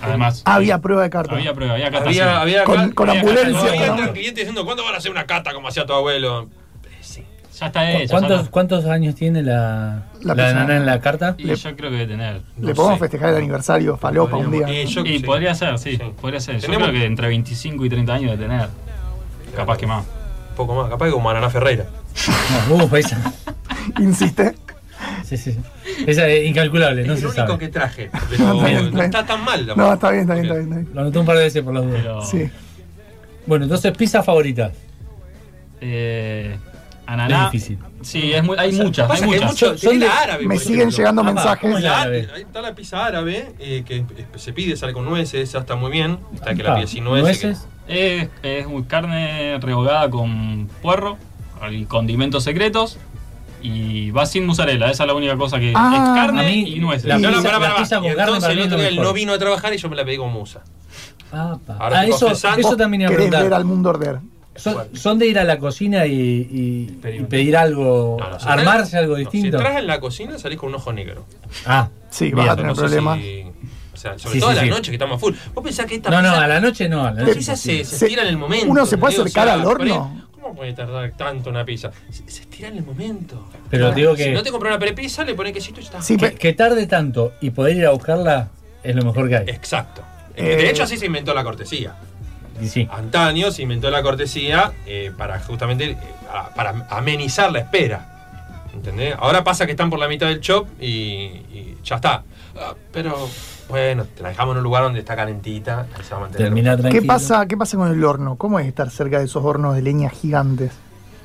Además, Había prueba de carta. había prueba, había castación. Había, había Con, con había- No, ambulancia. había ¿no? Eh, entrado clientes diciendo, ¿cuándo van a hacer una cata como hacía tu abuelo? Eh, Sí. Ya está ¿Cu- hecha. ya ¿Cuántos, está. ¿Cuántos años tiene la, La la, pizza. nana en la carta? Y Le- yo creo que debe tener. no Le podemos sé. festejar el aniversario falopa un día. Eh, yo- Y sí. podría ser, sí, Sí. podría ser. Yo Tenemos- creo que entre 25 y 30 años de tener. Capaz que más. Un poco más, capaz que como Ananá Ferreira. No, [laughs] uh, esa, Insiste. sí, sí, sí. Esa es incalculable, no es se el único sabe. que traje. Pero Está bien, está no bien. está tan mal. la No, verdad. está bien, está bien, está bien. está bien. Lo anoté un par de veces por las dudas. Pero. Sí. Bueno, entonces, pizza favorita. Eh, ananá. Es difícil. Sí, es muy, hay muchas, hay Pasa que hay muchas. mucho, Son- son tenés de- la árabe, Me por siguen ejemplo. Ah, llegando Apa, mensajes. ¿cómo es La- árabe. ahí está la pizza árabe eh, que se pide, sale con nueces, esa está muy bien. Está que la Ah, pide sin nueces. que- Es, es un- carne rehogada con puerro y condimentos secretos. Y va sin mozzarella, esa es la única cosa que. Ah, es a carne mí y nueces. la- no, no, pizza- pará, pará, pizza pará. con Y carne Entonces para el mí es otro lo día él no mejor. vino a trabajar y yo me la pedí con musa. Ah, pa. Ahora Ah, te eso, confesás, eso vos también iba a Querés ver preguntar. al mundo arder. Son, son de ir a la cocina y, y- y Pedir un- pedir algo, No, no, si armarse traes- algo no, distinto. si entras en la cocina salís con un ojo negro. ah, Sí, Bien, vas a No tener sé problemas. si- o sea, sobre Sí, todo sí, a la sí. noche que estamos full. Vos pensás que esta no, no, pizza, a la noche no. A la esta noche pizza es se, imposible. se Se- estira en el momento. uno se puede ¿entendés? acercar al por ahí, horno. ¿Cómo puede tardar tanto una pizza? Se, se estira en el momento. Pero digo que, Si no te compras una prepizza, le pones quesito y está. Sí, que, pe- que tarde tanto y poder ir a buscarla es lo mejor que hay. Exacto. Eh, de hecho, así se inventó la cortesía. Y sí. Antaño se inventó la cortesía eh, para justamente eh, a- para amenizar la espera. ¿Entendés? Ahora pasa que están por la mitad del shop y, y ya está. Ah, pero bueno, te la dejamos en un lugar donde está calentita. ahí se va a mantener. Termina tranquilo. ¿Qué pasa, ¿Qué pasa con el horno? ¿Cómo es estar cerca de esos hornos de leña gigantes?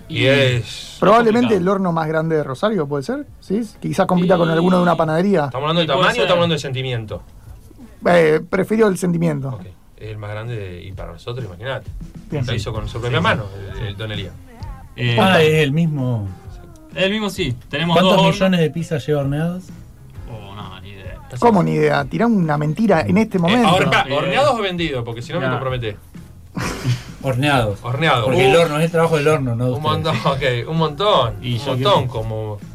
Y es. Probablemente complicado. el horno más grande de Rosario, ¿puede ser? ¿Sí? Quizás compita con Y- alguno de una panadería. ¿Estamos hablando de Y puede tamaño o ser. estamos hablando de sentimiento? Eh, prefiero el sentimiento. Ok. Es el más grande de- y para nosotros, imagínate. Bien. Lo hizo con su propia mano, el, el Don Elías. Eh, Ah, es el mismo. El mismo sí. Tenemos dos. ¿Cuántos hornos. millones de pizzas lleva horneadas? Oh, no, ni idea. ¿Cómo ni idea? Tirá una mentira en este Eh, momento. ahora, pará, Eh. ¿horneados o vendidos? Porque si no me Ya. comprometés. Horneados. Horneado. Porque Uh, el horno este- es el trabajo del horno, ¿no? de Un ustedes. montón, ok, un montón. Y un yo montón, como. No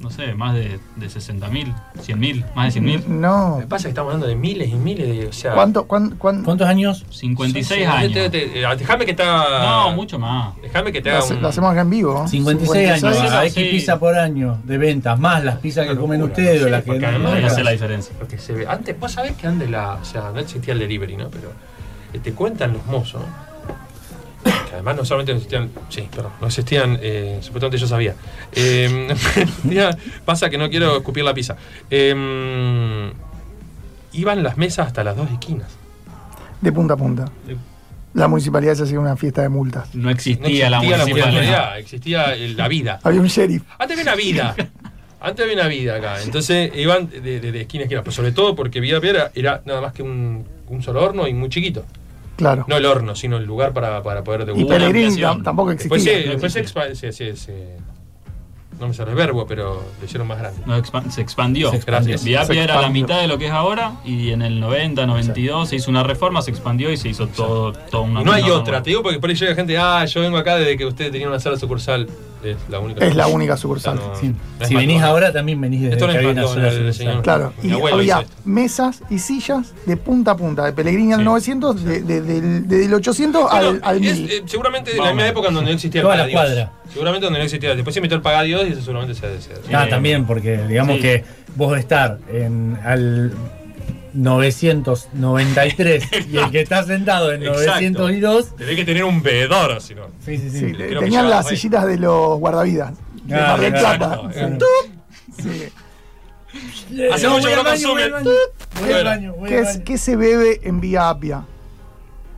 no sé, más de, de 60.000, 100.000, más de 100.000. No. Me pasa que estamos hablando de miles y miles de. O sea, ¿Cuánto, cuán- cuán- ¿Cuántos años? 56 Te- años. te- te- eh, Déjame que te haga. No, mucho más. Déjame que te lo, haga. hace- un- lo hacemos acá en vivo? 56 años, Sí, a sí. X pizza por año de ventas, más las pizzas que Una comen locura, ustedes o sí, las que porque además Ahí Claro. hace la diferencia. lo que se ve. Antes, vos sabés que antes la. O sea, no existía el delivery, ¿no? Pero eh, te cuentan los mozos. Que además no solamente no existían. Sí, perdón. No existían. Eh, supuestamente yo sabía. Eh, [laughs] ya, pasa que no quiero escupir la pizza. Eh, iban las mesas hasta las dos esquinas. De punta a punta. La municipalidad se hacía una fiesta de multas. No No existía, existía la la municipalidad. municipalidad, existía eh, la vida. Había un sheriff. Antes había una vida. Antes había una vida acá. Entonces iban de, de- de esquina a esquina. Pero sobre todo porque Villa Piedra era nada más que un, un solo horno y muy chiquito. Claro. No el horno, sino el lugar para, para poder y degustar. Pellegrini ampliación. tam- tampoco Después, existía. se, después se expa- se- se- se- No me sale el verbo, pero lo hicieron más grande. No, expa- se expandió. Se expandió. Gracias. Viapia Se era la expandió. mitad de lo que es ahora y en el 90, 92 se hizo una reforma, se expandió y se hizo todo, todo una Y no hay una- otra. Te digo porque por ahí llega gente, ah, yo vengo acá desde que ustedes tenían una sala sucursal. Es la única. Es la sucursal. única O sea, sucursal. no- Sí. no es Si más venís normal. ahora también venís desde Esto no que es había una McDonald's, sola sucursal. señor. Claro, Mi y abuelo había hizo esto. mesas y sillas de punta a punta, de Pellegrini al Sí. 900, de- de- del, del 800 al, Bueno, al es, 1000. eh, seguramente en la Vamos. misma época en donde no existía el Toda la Pagadios. cuadra. Seguramente donde no existía. Después se metió el Pagadios y eso seguramente se, se, Ah, Eh, también, porque digamos sí. que vos estar en al [laughs] 993 y el que está sentado en Exacto. 902. Tenés que tener un veedor, si no. Sí, sí, sí. Sí, te- creo que tenían ya- las sillitas de los guardavidas. De Ah, Mar del claro. Plata. Exacto, Sí. exacto. Sí. Eh, Hace mucho voy que no al baño, consume. voy al baño, voy al Bueno. baño, voy ¿Qué, al es- baño. qué se bebe en Vía Apia?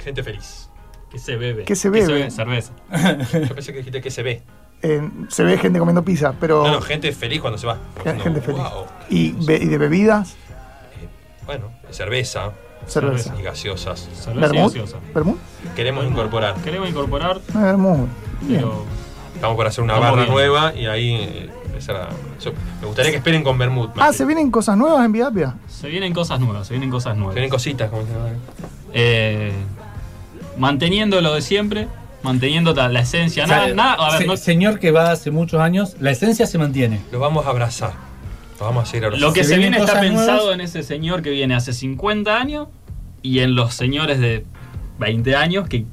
Gente feliz. Que se bebe. Que se bebe. [laughs] Cerveza. Yo pensé que dijiste que se ve. Eh, se ve gente comiendo pizza, pero. No, no, gente feliz cuando se va. Gen- No, gente feliz. wow. Y, be- y de bebidas, Bueno, cerveza cerveza. y gaseosas. Cerveza y ¿Vermut? gaseosa. ¿Vermut? Queremos incorporar. Queremos incorporar, No, vermut. eh, Bien. pero Estamos por hacer una Estamos barra bien. nueva y ahí eh, empezar a. yo- me gustaría que esperen con Bermud. Ah, ¿se vienen cosas nuevas en Vía Apia? se vienen cosas nuevas, se vienen cosas nuevas. Tienen cositas, como se llama. Eh, manteniendo lo de siempre, manteniendo ta- la esencia. O sea, Nada, nada, a ver, se- no- Señor que va hace muchos años, la esencia se mantiene. Los vamos a abrazar. Los vamos a seguir abrazando. lo que se se vienen viene está cosas pensado nuevas. en ese señor que viene hace 50 años y en los señores de 20 años que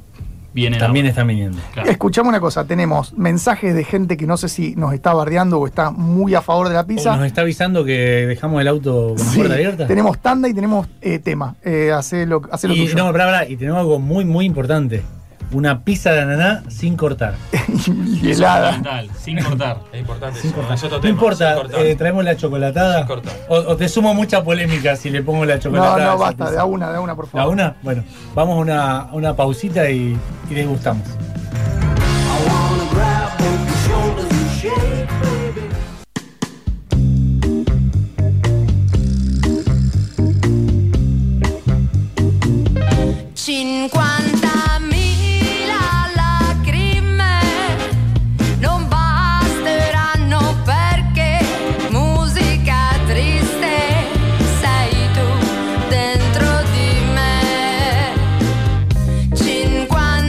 vienen También ahora. está viniendo. Claro. Escuchame una cosa, tenemos mensajes de gente que no sé si nos está bardeando o está muy a favor de la O pizza. Nos está avisando que dejamos el auto con la Sí, puerta abierta. Tenemos tanda y tenemos eh, tema. Eh, hace lo, hace lo Y, tuyo. no, pará, pará, y tenemos algo muy, muy importante. Una pizza de ananá sin cortar. [laughs] y Eso es helada. fundamental, sin cortar. [laughs] Es importante. Sin eso, cortar. es otro no tema, importa, sin cortar. eh, traemos la chocolatada. Sin cortar. O, o te sumo mucha polémica si le pongo la No, chocolatada. a no, esa basta, pizza. de a una, de a una, por favor. ¿La una? Bueno, vamos a una, a una pausita y, y degustamos. Cinquantamila lacrime non basteranno perché musica triste sei tu dentro di me. 50.000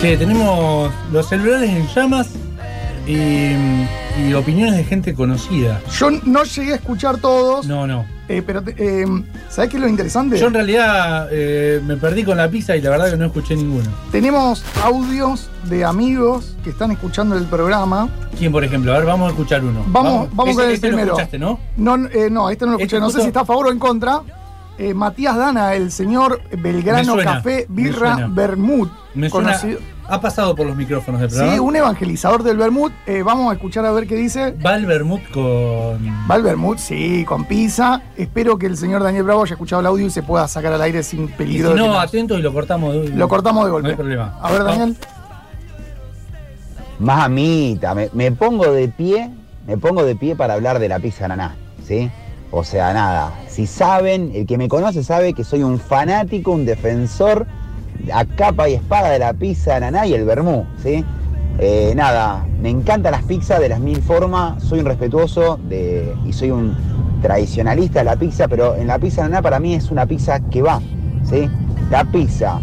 Che, tenemos los celulares en llamas y, y opiniones de gente conocida. Yo no llegué a escuchar todos, No, no. eh, pero te- eh, ¿sabés qué es lo interesante? Yo en realidad eh, me perdí con la pizza y la verdad que no escuché ninguno. Tenemos audios de amigos que están escuchando el programa. ¿Quién, por ejemplo? A ver, vamos a escuchar uno. Vamos- vamos Ese- con el ese lo primero. escuchaste, ¿no? No, eh, no, este no lo Este escuché, no sé justo- si está a favor o en contra. Eh, Matías Dana, el señor Belgrano Me suena, Café me suena. Birra Bermud. Me suena- conocido- Ha pasado por los micrófonos del programa. Sí, un em- evangelizador del Bermud. Eh, vamos a escuchar a ver qué dice. Va el vermut con. Va el Bermud, sí, con pizza. Espero que el señor Daniel Bravo haya escuchado el audio y se pueda sacar al aire sin Y peligro. si de que no, nos- atentos y lo cortamos. de- Lo cortamos de No hay golpe. problema. A ver, Daniel. Mamita, me, me pongo de pie, me pongo de pie para hablar de la pizza naná, ¿sí? O sea, nada, si saben, el que me conoce sabe que soy un fanático, un defensor a capa y espada de la pizza naná y el vermú, ¿sí? Eh, nada, me encantan las pizzas de las mil formas, soy un respetuoso de, y soy un tradicionalista de la pizza, pero en la pizza naná para mí es una pizza que va, ¿sí? La pizza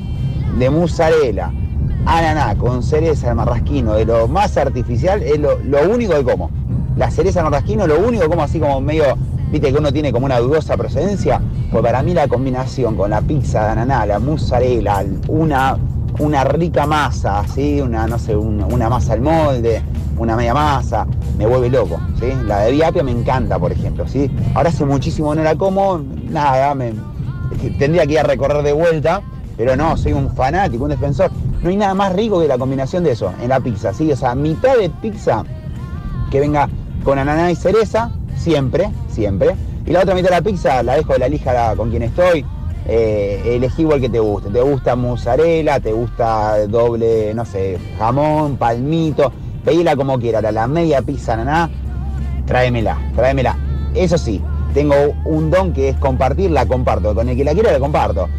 de mozzarella, ananá Ah, con cereza de marrasquino, de lo más artificial, es lo, lo único que como. La cereza de marrasquino es lo único que como así como medio, viste que uno tiene como una dudosa procedencia, pues para mí la combinación con la pizza de ananá, la mozzarella, una, una rica masa, así, una, no sé, un- una masa al molde, una media masa, me vuelve loco, ¿sí? La de Viapia me encanta, por ejemplo, ¿sí? Ahora hace muchísimo no la como, nada, me, tendría que ir a recorrer de vuelta, pero no, soy un fanático, un defensor. No hay nada más rico que la combinación de eso en la pizza, ¿sí? O sea, mitad de pizza que venga con ananá y cereza, siempre, siempre. Y la otra mitad de la pizza la dejo, la elija la- con quien estoy. Eh, elegí igual que te guste. Te gusta mozzarella, te gusta doble, no sé, jamón, palmito. Pedíla como quieras, la, la media pizza ananá, tráemela, tráemela. Eso sí, tengo un don que es compartirla, comparto. Con el que la quiero, la comparto.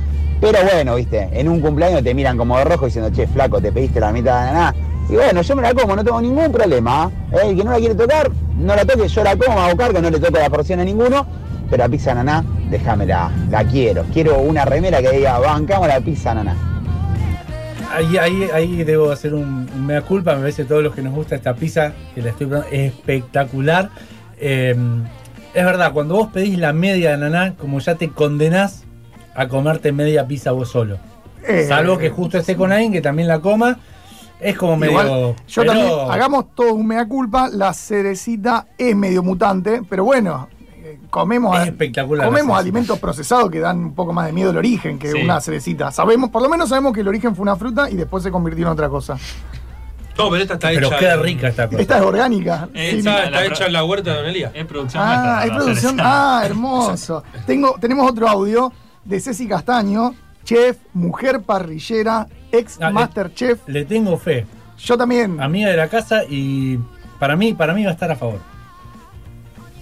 Pero bueno, viste, en un cumpleaños te miran como de rojo diciendo, che, flaco, te pediste la mitad de ananá. Y bueno, yo me la como, no tengo ningún problema. ¿eh? El que no la quiere tocar, no la toque, yo la como, me hago cargo, no le toco la porción a ninguno. Pero la pizza naná, déjamela, la quiero. Quiero una remera que diga, bancamos la pizza naná. Ahí, ahí, ahí debo hacer un, un mea culpa. Me parece todos los que nos gusta esta pizza, que la estoy probando, es espectacular. Eh, es verdad, cuando vos pedís la media de naná, como ya te condenás a comerte media pizza vos solo. Eh, Salvo que justo esté con alguien que también la coma. Es como medio. Igual, yo pero- también, hagamos todo un mea culpa, la cerecita es medio mutante, pero bueno, eh, comemos, Es espectacular la comemos cerecita. alimentos procesados que dan un poco más de miedo el origen que Sí. una cerecita. Sabemos, por lo menos sabemos que el origen fue una fruta y después se convirtió en otra cosa. No, pero esta está hecha. Pero queda en- rica esta cosa. Esta es orgánica. Eh, Sí. Esta La- está la- hecha en la huerta de Don Elías. Es producción Ah, nuestra, hay la producción. cereza. Ah, hermoso. Tengo, tenemos otro audio de Ceci Castaño, chef, mujer parrillera, ex Ah, eh. master chef. Le tengo fe. Yo también. Amiga de la casa y para mí, para mí va a estar a favor.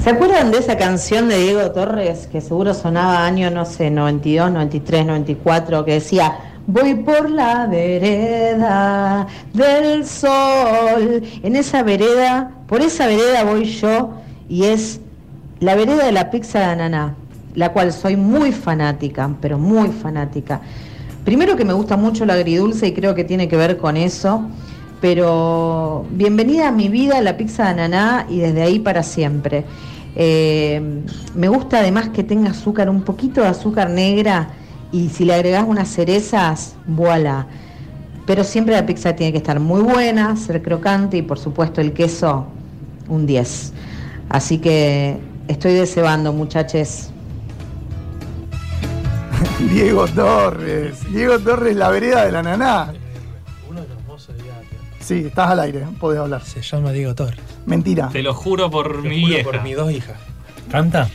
¿Se acuerdan de esa canción de Diego Torres que seguro sonaba año, no sé, 92, 93, 94, que decía, voy por la vereda del sol, en esa vereda, por esa vereda voy yo y es la vereda de la pizza de ananá, la cual soy muy fanática, pero muy fanática. Primero que me gusta mucho la agridulce y creo que tiene que ver con eso, pero bienvenida a mi vida la pizza de ananá y desde ahí para siempre. Eh, me gusta además que tenga azúcar, un poquito de azúcar negra y si le agregás unas cerezas, voilà. Pero siempre la pizza tiene que estar muy buena, ser crocante y por supuesto el queso un 10. Así que estoy desebando muchachos. Diego Torres. Diego Torres, la vereda de la naná. Uno de los mozos de Viapia. Sí, estás al aire, podés hablar. Se llama Diego Torres. Mentira. Te lo juro por Te mi juro vieja. por mis dos hijas. ¿Canta?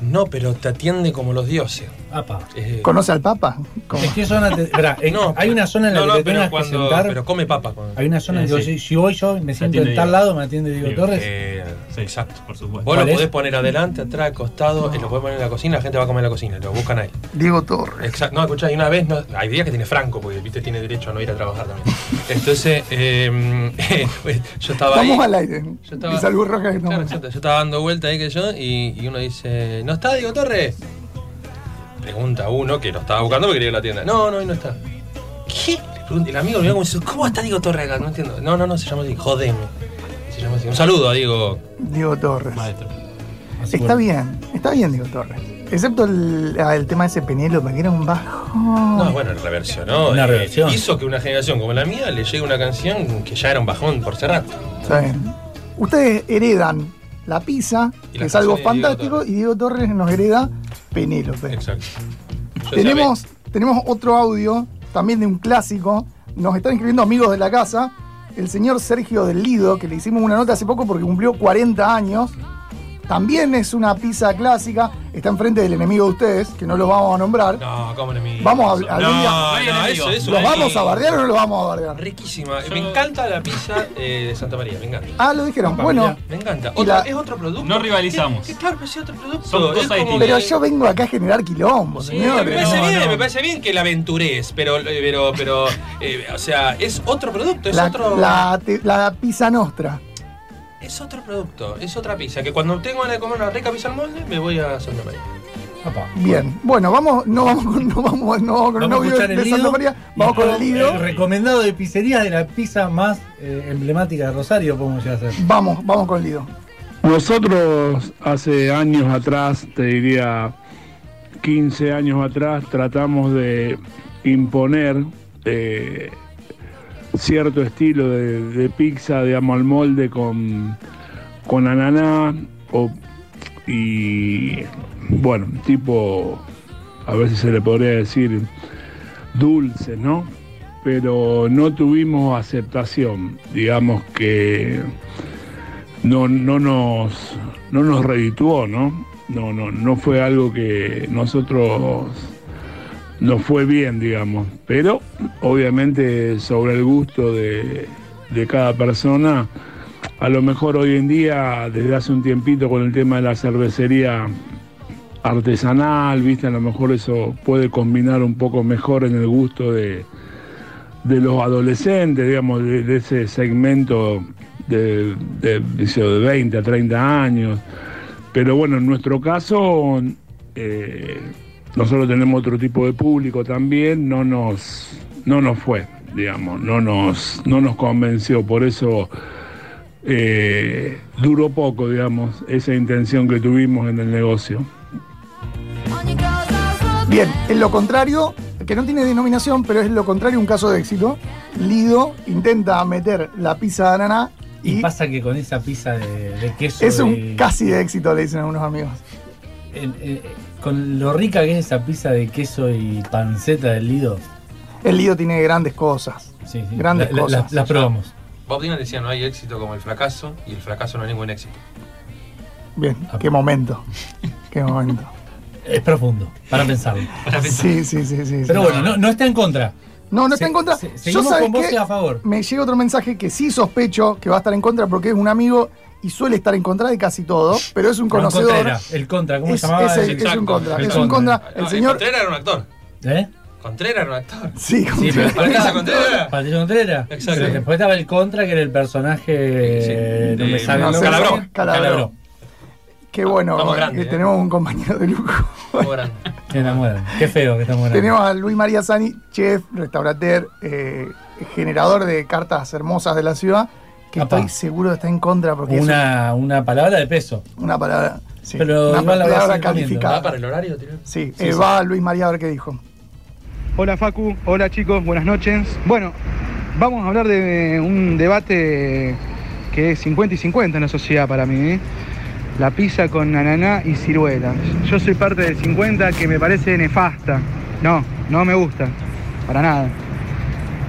No, pero te atiende como los dioses. Apa. Eh, ¿Conoce al Papa? ¿Cómo? Es que zona te- verá, es- no, hay una zona en la no, que no, te tengas pero que cuando, sentar. Pero come papa. Cuando, Hay una zona en la que Eh, yo- sí. si voy yo y me siento en atiende tal Diego. lado, me atiende Diego Diego, Torres. Eh, Sí, exacto. por supuesto. Vos lo ¿Cuál es? podés poner adelante, atrás, costado, eh, lo podés poner en la cocina, la gente va a comer en la cocina, lo buscan ahí. Diego Torres. Exacto. No, escuchá, y una vez, no- hay días que tiene Franco, porque viste, tiene derecho a no ir a [laughs] trabajar también. Entonces, [laughs] eh, pues, yo estaba Estamos ahí. al aire. Yo estaba- Y salud roja que estamos. Claro, exacto. Yo estaba dando vuelta ahí que yo y, y uno dice, ¿no está Diego Torres? Pregunta uno que lo estaba buscando porque quería ir a la tienda. No, no, hoy no está. ¿Qué? Le pregunta- el amigo miró como dice, ¿cómo está Diego Torres acá? No entiendo. No, no, no, se llama así, jodeme. Se llama así. Un saludo a Diego, Diego Torres. maestro. Así Está bueno. bien, está bien Diego Torres. Excepto el, ah, el tema de ese Penélope, que era un bajo. No, bueno, reversionó. Una eh, reversión. hizo que una generación como la mía le llegue una canción que ya era un bajón por cerrar. Está bien. Ustedes heredan la pizza, Y que las es algo canciones de Diego fantástico, Torres. y Diego Torres nos hereda Penélope. Exacto. Yo decía, Tenemos, tenemos otro audio, también de un clásico. Nos están escribiendo amigos de la casa. El señor Sergio del Lido, que le hicimos una nota hace poco porque cumplió 40 años. También es una pizza clásica. Está enfrente del enemigo de ustedes, que no lo vamos a nombrar. "Ve- No, cómo enemigo. Vamos a hablar- algún día- No, no, eso, eso. ¿Los ahí. vamos a bardear o no los vamos a bardear? Riquísima. Me encanta la pizza eh, de Santa María, me encanta. Ah, lo dijeron. Bueno, Me encanta. Y Otra- la- es otro producto. No rivalizamos. ¿Qué, qué claro, pero es otro producto. Son Es cosas como distintas. pero que- yo vengo acá a generar quilombo, Sí, me señores. parece No, bien, no. me parece bien que la aventurez, pero, pero, pero eh, o sea, es otro producto, es La, otro. la te- la pizza nostra. Es otro producto, es otra pizza. Que cuando tengo ganas de comer una rica pizza al molde, me voy a Santa María. Ah, Bien, bueno, vamos, no vamos con, no vamos, no vamos con un Vamos a audio escuchar el de Santa Lido María, y vamos con el Lido. el recomendado de pizzerías de la pizza más eh, emblemática de Rosario, podemos llegar a hacer. Vamos, vamos con Lido. Nosotros hace años atrás, te diría 15 años atrás, tratamos de imponer eh, cierto estilo de, de pizza, digamos, al molde con, con ananá o- y, bueno, tipo, a ver si se le podría decir dulce, ¿no? Pero no tuvimos aceptación, digamos que no, no, nos, no nos redituó, ¿no? No, no, no fue algo que nosotros nos fue bien, digamos. Pero obviamente sobre el gusto de, de cada persona, a lo mejor hoy en día, desde hace un tiempito con el tema de la cervecería artesanal, viste, a lo mejor eso puede combinar un poco mejor en el gusto de, de los adolescentes, digamos, de, de ese segmento de, de, dice, de 20 a 30 años. Pero bueno, en nuestro caso, eh, nosotros tenemos otro tipo de público también, no nos, no nos fue, digamos, no nos, no nos convenció, por eso eh, duró poco, digamos, esa intención que tuvimos en el negocio. Ogni cosa sotto Bien, en lo contrario, que no tiene denominación, pero es lo contrario un caso de éxito. Lido intenta meter la pizza de ananá Y, y pasa que con esa pizza de, de queso. es un de- casi de éxito, le dicen algunos amigos. el- el- con lo rica que es esa pizza de queso y panceta del Lido. El Lido tiene grandes cosas. Sí, sí. Grandes cosas. Las probamos. Bob Dylan decía: no hay éxito como el fracaso, y el fracaso no es ningún éxito. Bien, qué momento. Qué momento. Ah, Es profundo, para pensarlo. Sí, sí, sí, sí. sí. Pero bueno, no, no está en contra. no, no está Se- en contra. se- Yo seguimos sabes con vos qué? a favor. me llega otro mensaje que sí sospecho que va a estar en contra porque es un amigo y suele estar en contra de casi todo, pero es un No, en contra conocedor. era, el contra, ¿cómo Es- se llamaba? es el- El- es un contra, es un contra. El No, señor- Contreras era un actor. ¿Eh? Contreras era un actor. Sí, como Sí, que- pero- Patricia Contreras. Patricio Contreras. Exacto. Pero después estaba el contra, que era el personaje. Sí, eh, no de- me sale no el sé, nombre. Calabró. Calabró. Qué bueno Estamos que grandes, eh. tenemos un compañero de lujo. Muy grande. Se enamoran. Qué feo que estamos Tenemos a Luis María Zani, chef, restaurateur, eh, generador de cartas hermosas de la ciudad, que Apa. estoy seguro está en contra porque Una, una palabra de peso. es una palabra, sí, Pero una igual la voy a palabra seguir comiendo. ¿Va calificada. para el horario, tío? Sí, eh, va Luis María a ver qué dijo. Hola Facu, hola chicos, buenas noches. Bueno, vamos a hablar de un debate que es 50 y 50 en la sociedad para mí. ¿eh? La pizza con ananá y ciruela. Yo soy parte del 50 que me parece nefasta. No, no me gusta, para nada.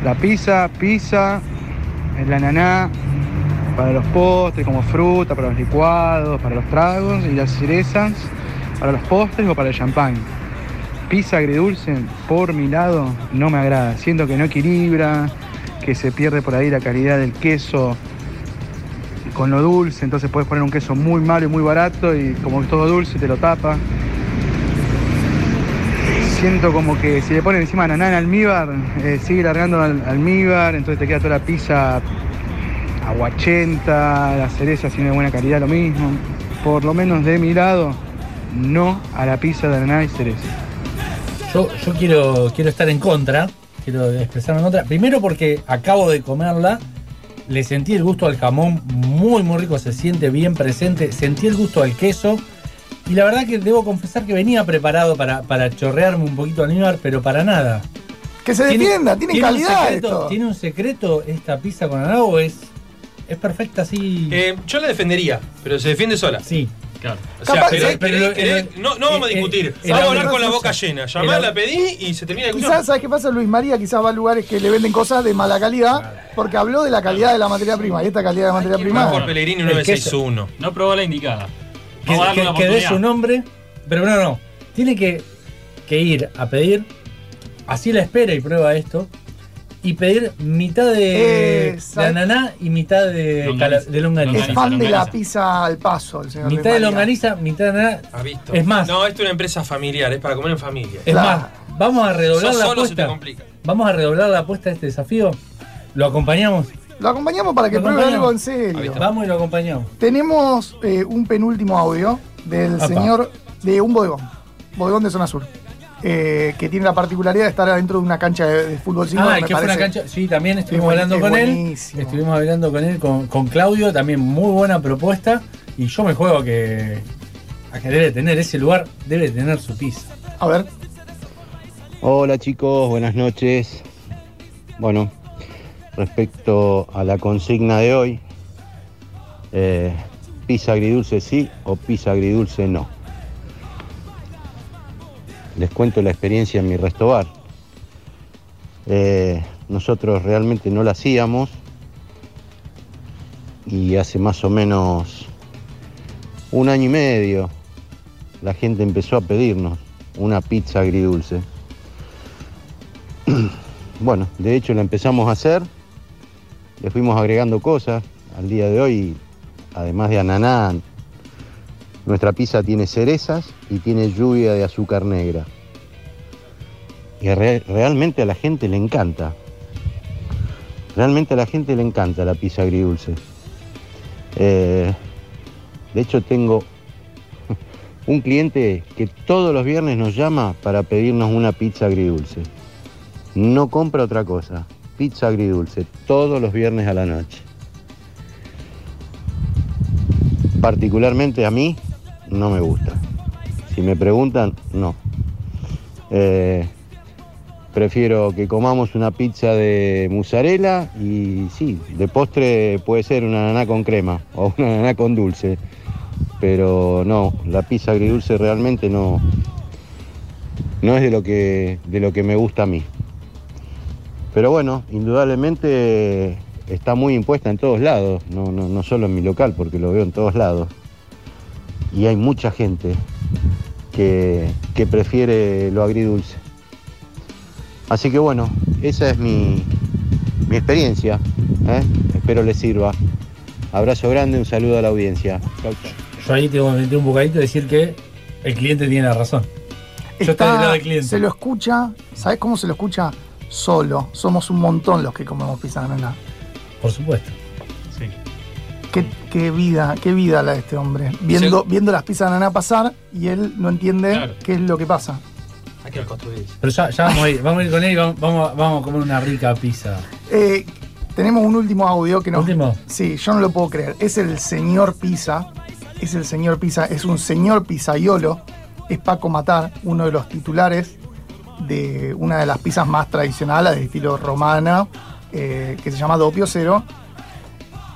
La pizza, pizza, el ananá para los postres como fruta, para los licuados, para los tragos y las cerezas para los postres o para el champán pizza agridulce, por mi lado, no me agrada. Siento que no equilibra, que se pierde por ahí la calidad del queso con lo dulce. Entonces puedes poner un queso muy malo y muy barato y como es todo dulce te lo tapa. Siento como que si le ponen encima ananá en almíbar, eh, sigue largando al- almíbar, entonces te queda toda la pizza aguachenta, la cereza sin de buena calidad, lo mismo. Por lo menos de mi lado, no a la pizza de ananá y cereza. Yo, yo quiero, quiero estar en contra. quiero expresarme en otra. Primero porque acabo de comerla, le sentí el gusto al jamón muy, muy rico, se siente bien presente, sentí el gusto al queso. Y la verdad que debo confesar que venía preparado para, para chorrearme un poquito al Aníbal, pero para nada. Que se defienda, tiene calidad Un secreto, esto. ¿Tiene un secreto esta pizza con ananá o es, es perfecta así? Eh, yo la defendería, pero se defiende sola. Sí, claro. O sea, Capaz- querés- pero- pero- querés- pero- no, no vamos a eh, eh, discutir. el vamos a autor- hablar con la boca llena. Llamá, el- la pedí y se termina la discusión. Quizás, ¿sabes qué pasa? Luis María quizás va a lugares que le venden cosas de mala calidad, porque habló de la calidad de la materia prima, y esta calidad de materia prima. Por Pellegrini El queso. 961. No probó la indicada. que, Vamos a darle que- una que dé oportunidad. su nombre, pero no, no. Tiene que, que ir a pedir, así la espera y prueba esto, y pedir mitad de, Exacto. de ananá y mitad de, Longaniza. cala- de longaniza. Es Longaniza, fan de la longaniza. pizza al paso, el señor Mitad de Luis María. longaniza, mitad de ananá. Ha visto. Es más. No, esto es una empresa familiar, es para comer en familia. Es Claro. más, vamos a redoblar Sos la solo se te apuesta. complica. Vamos a redoblar la apuesta de este desafío. Lo acompañamos. Lo acompañamos para que Lo pruebe acompañamos. algo en serio. Vamos y lo acompañamos. Tenemos eh, un penúltimo audio del Apa. señor de un bodegón, bodegón de zona sur, eh, que tiene la particularidad de estar adentro de una cancha de, de fútbol 5. ah, el que fue una cancha. Sí, también estuvimos Es buen- hablando es con él. buenísimo. Estuvimos hablando con él, con, con Claudio, también muy buena propuesta. Y yo me juego a que, a que debe tener ese lugar, debe tener su pizza. A ver, Hola chicos, buenas noches. Bueno, respecto a la consigna de hoy, eh, pizza agridulce sí o pizza agridulce no. Les cuento la experiencia en mi restobar. Eh, nosotros realmente no la hacíamos y hace más o menos un año y medio la gente empezó a pedirnos una pizza agridulce. Bueno, de hecho la empezamos a hacer, le fuimos agregando cosas al día de hoy, además de ananá, nuestra pizza tiene cerezas y tiene lluvia de azúcar negra. Y re- realmente a la gente le encanta. Realmente a la gente le encanta la pizza agridulce. Eh, de hecho tengo [laughs] un cliente que todos los viernes nos llama para pedirnos una pizza agridulce. No compra otra cosa. Pizza agridulce todos los viernes a la noche. Particularmente a mí no me gusta. Si me preguntan, no. Eh, prefiero que comamos una pizza de mozzarella y sí, de postre puede ser una ananá con crema o una ananá con dulce. Pero no, la pizza agridulce realmente no, no es de lo que, de lo que me gusta a mí. Pero bueno, indudablemente está muy impuesta en todos lados, no, no- no solo en mi local, porque lo veo en todos lados. Y hay mucha gente que, que prefiere lo agridulce. Así que bueno, esa es mi, mi experiencia. ¿eh? Espero les sirva. Abrazo grande, un saludo a la audiencia. Chau, chau. Yo ahí tengo que meter un bocadito y decir que el cliente tiene la razón. Yo estoy está- del lado del cliente. se lo escucha, ¿sabes cómo se lo escucha? Solo, somos un montón los que comemos pizza de ananá. Por supuesto. Sí. Qué, qué vida, qué vida la de este hombre. Viendo, viendo las pizzas de ananá pasar y él no entiende Claro. qué es lo que pasa. Hay que construir. Pero ya, ya vamos a ir, vamos a ir con él y vamos, vamos, a- vamos a comer una rica pizza. Eh, tenemos un último audio que nos. Último. Sí, yo no lo puedo creer. Es el señor Pisa. Es el señor Pisa. Es un señor Pisaiolo. Es Paco Matar, uno de los titulares de una de las pizzas más tradicionales de estilo romana, eh, que se llama Doppio Cero.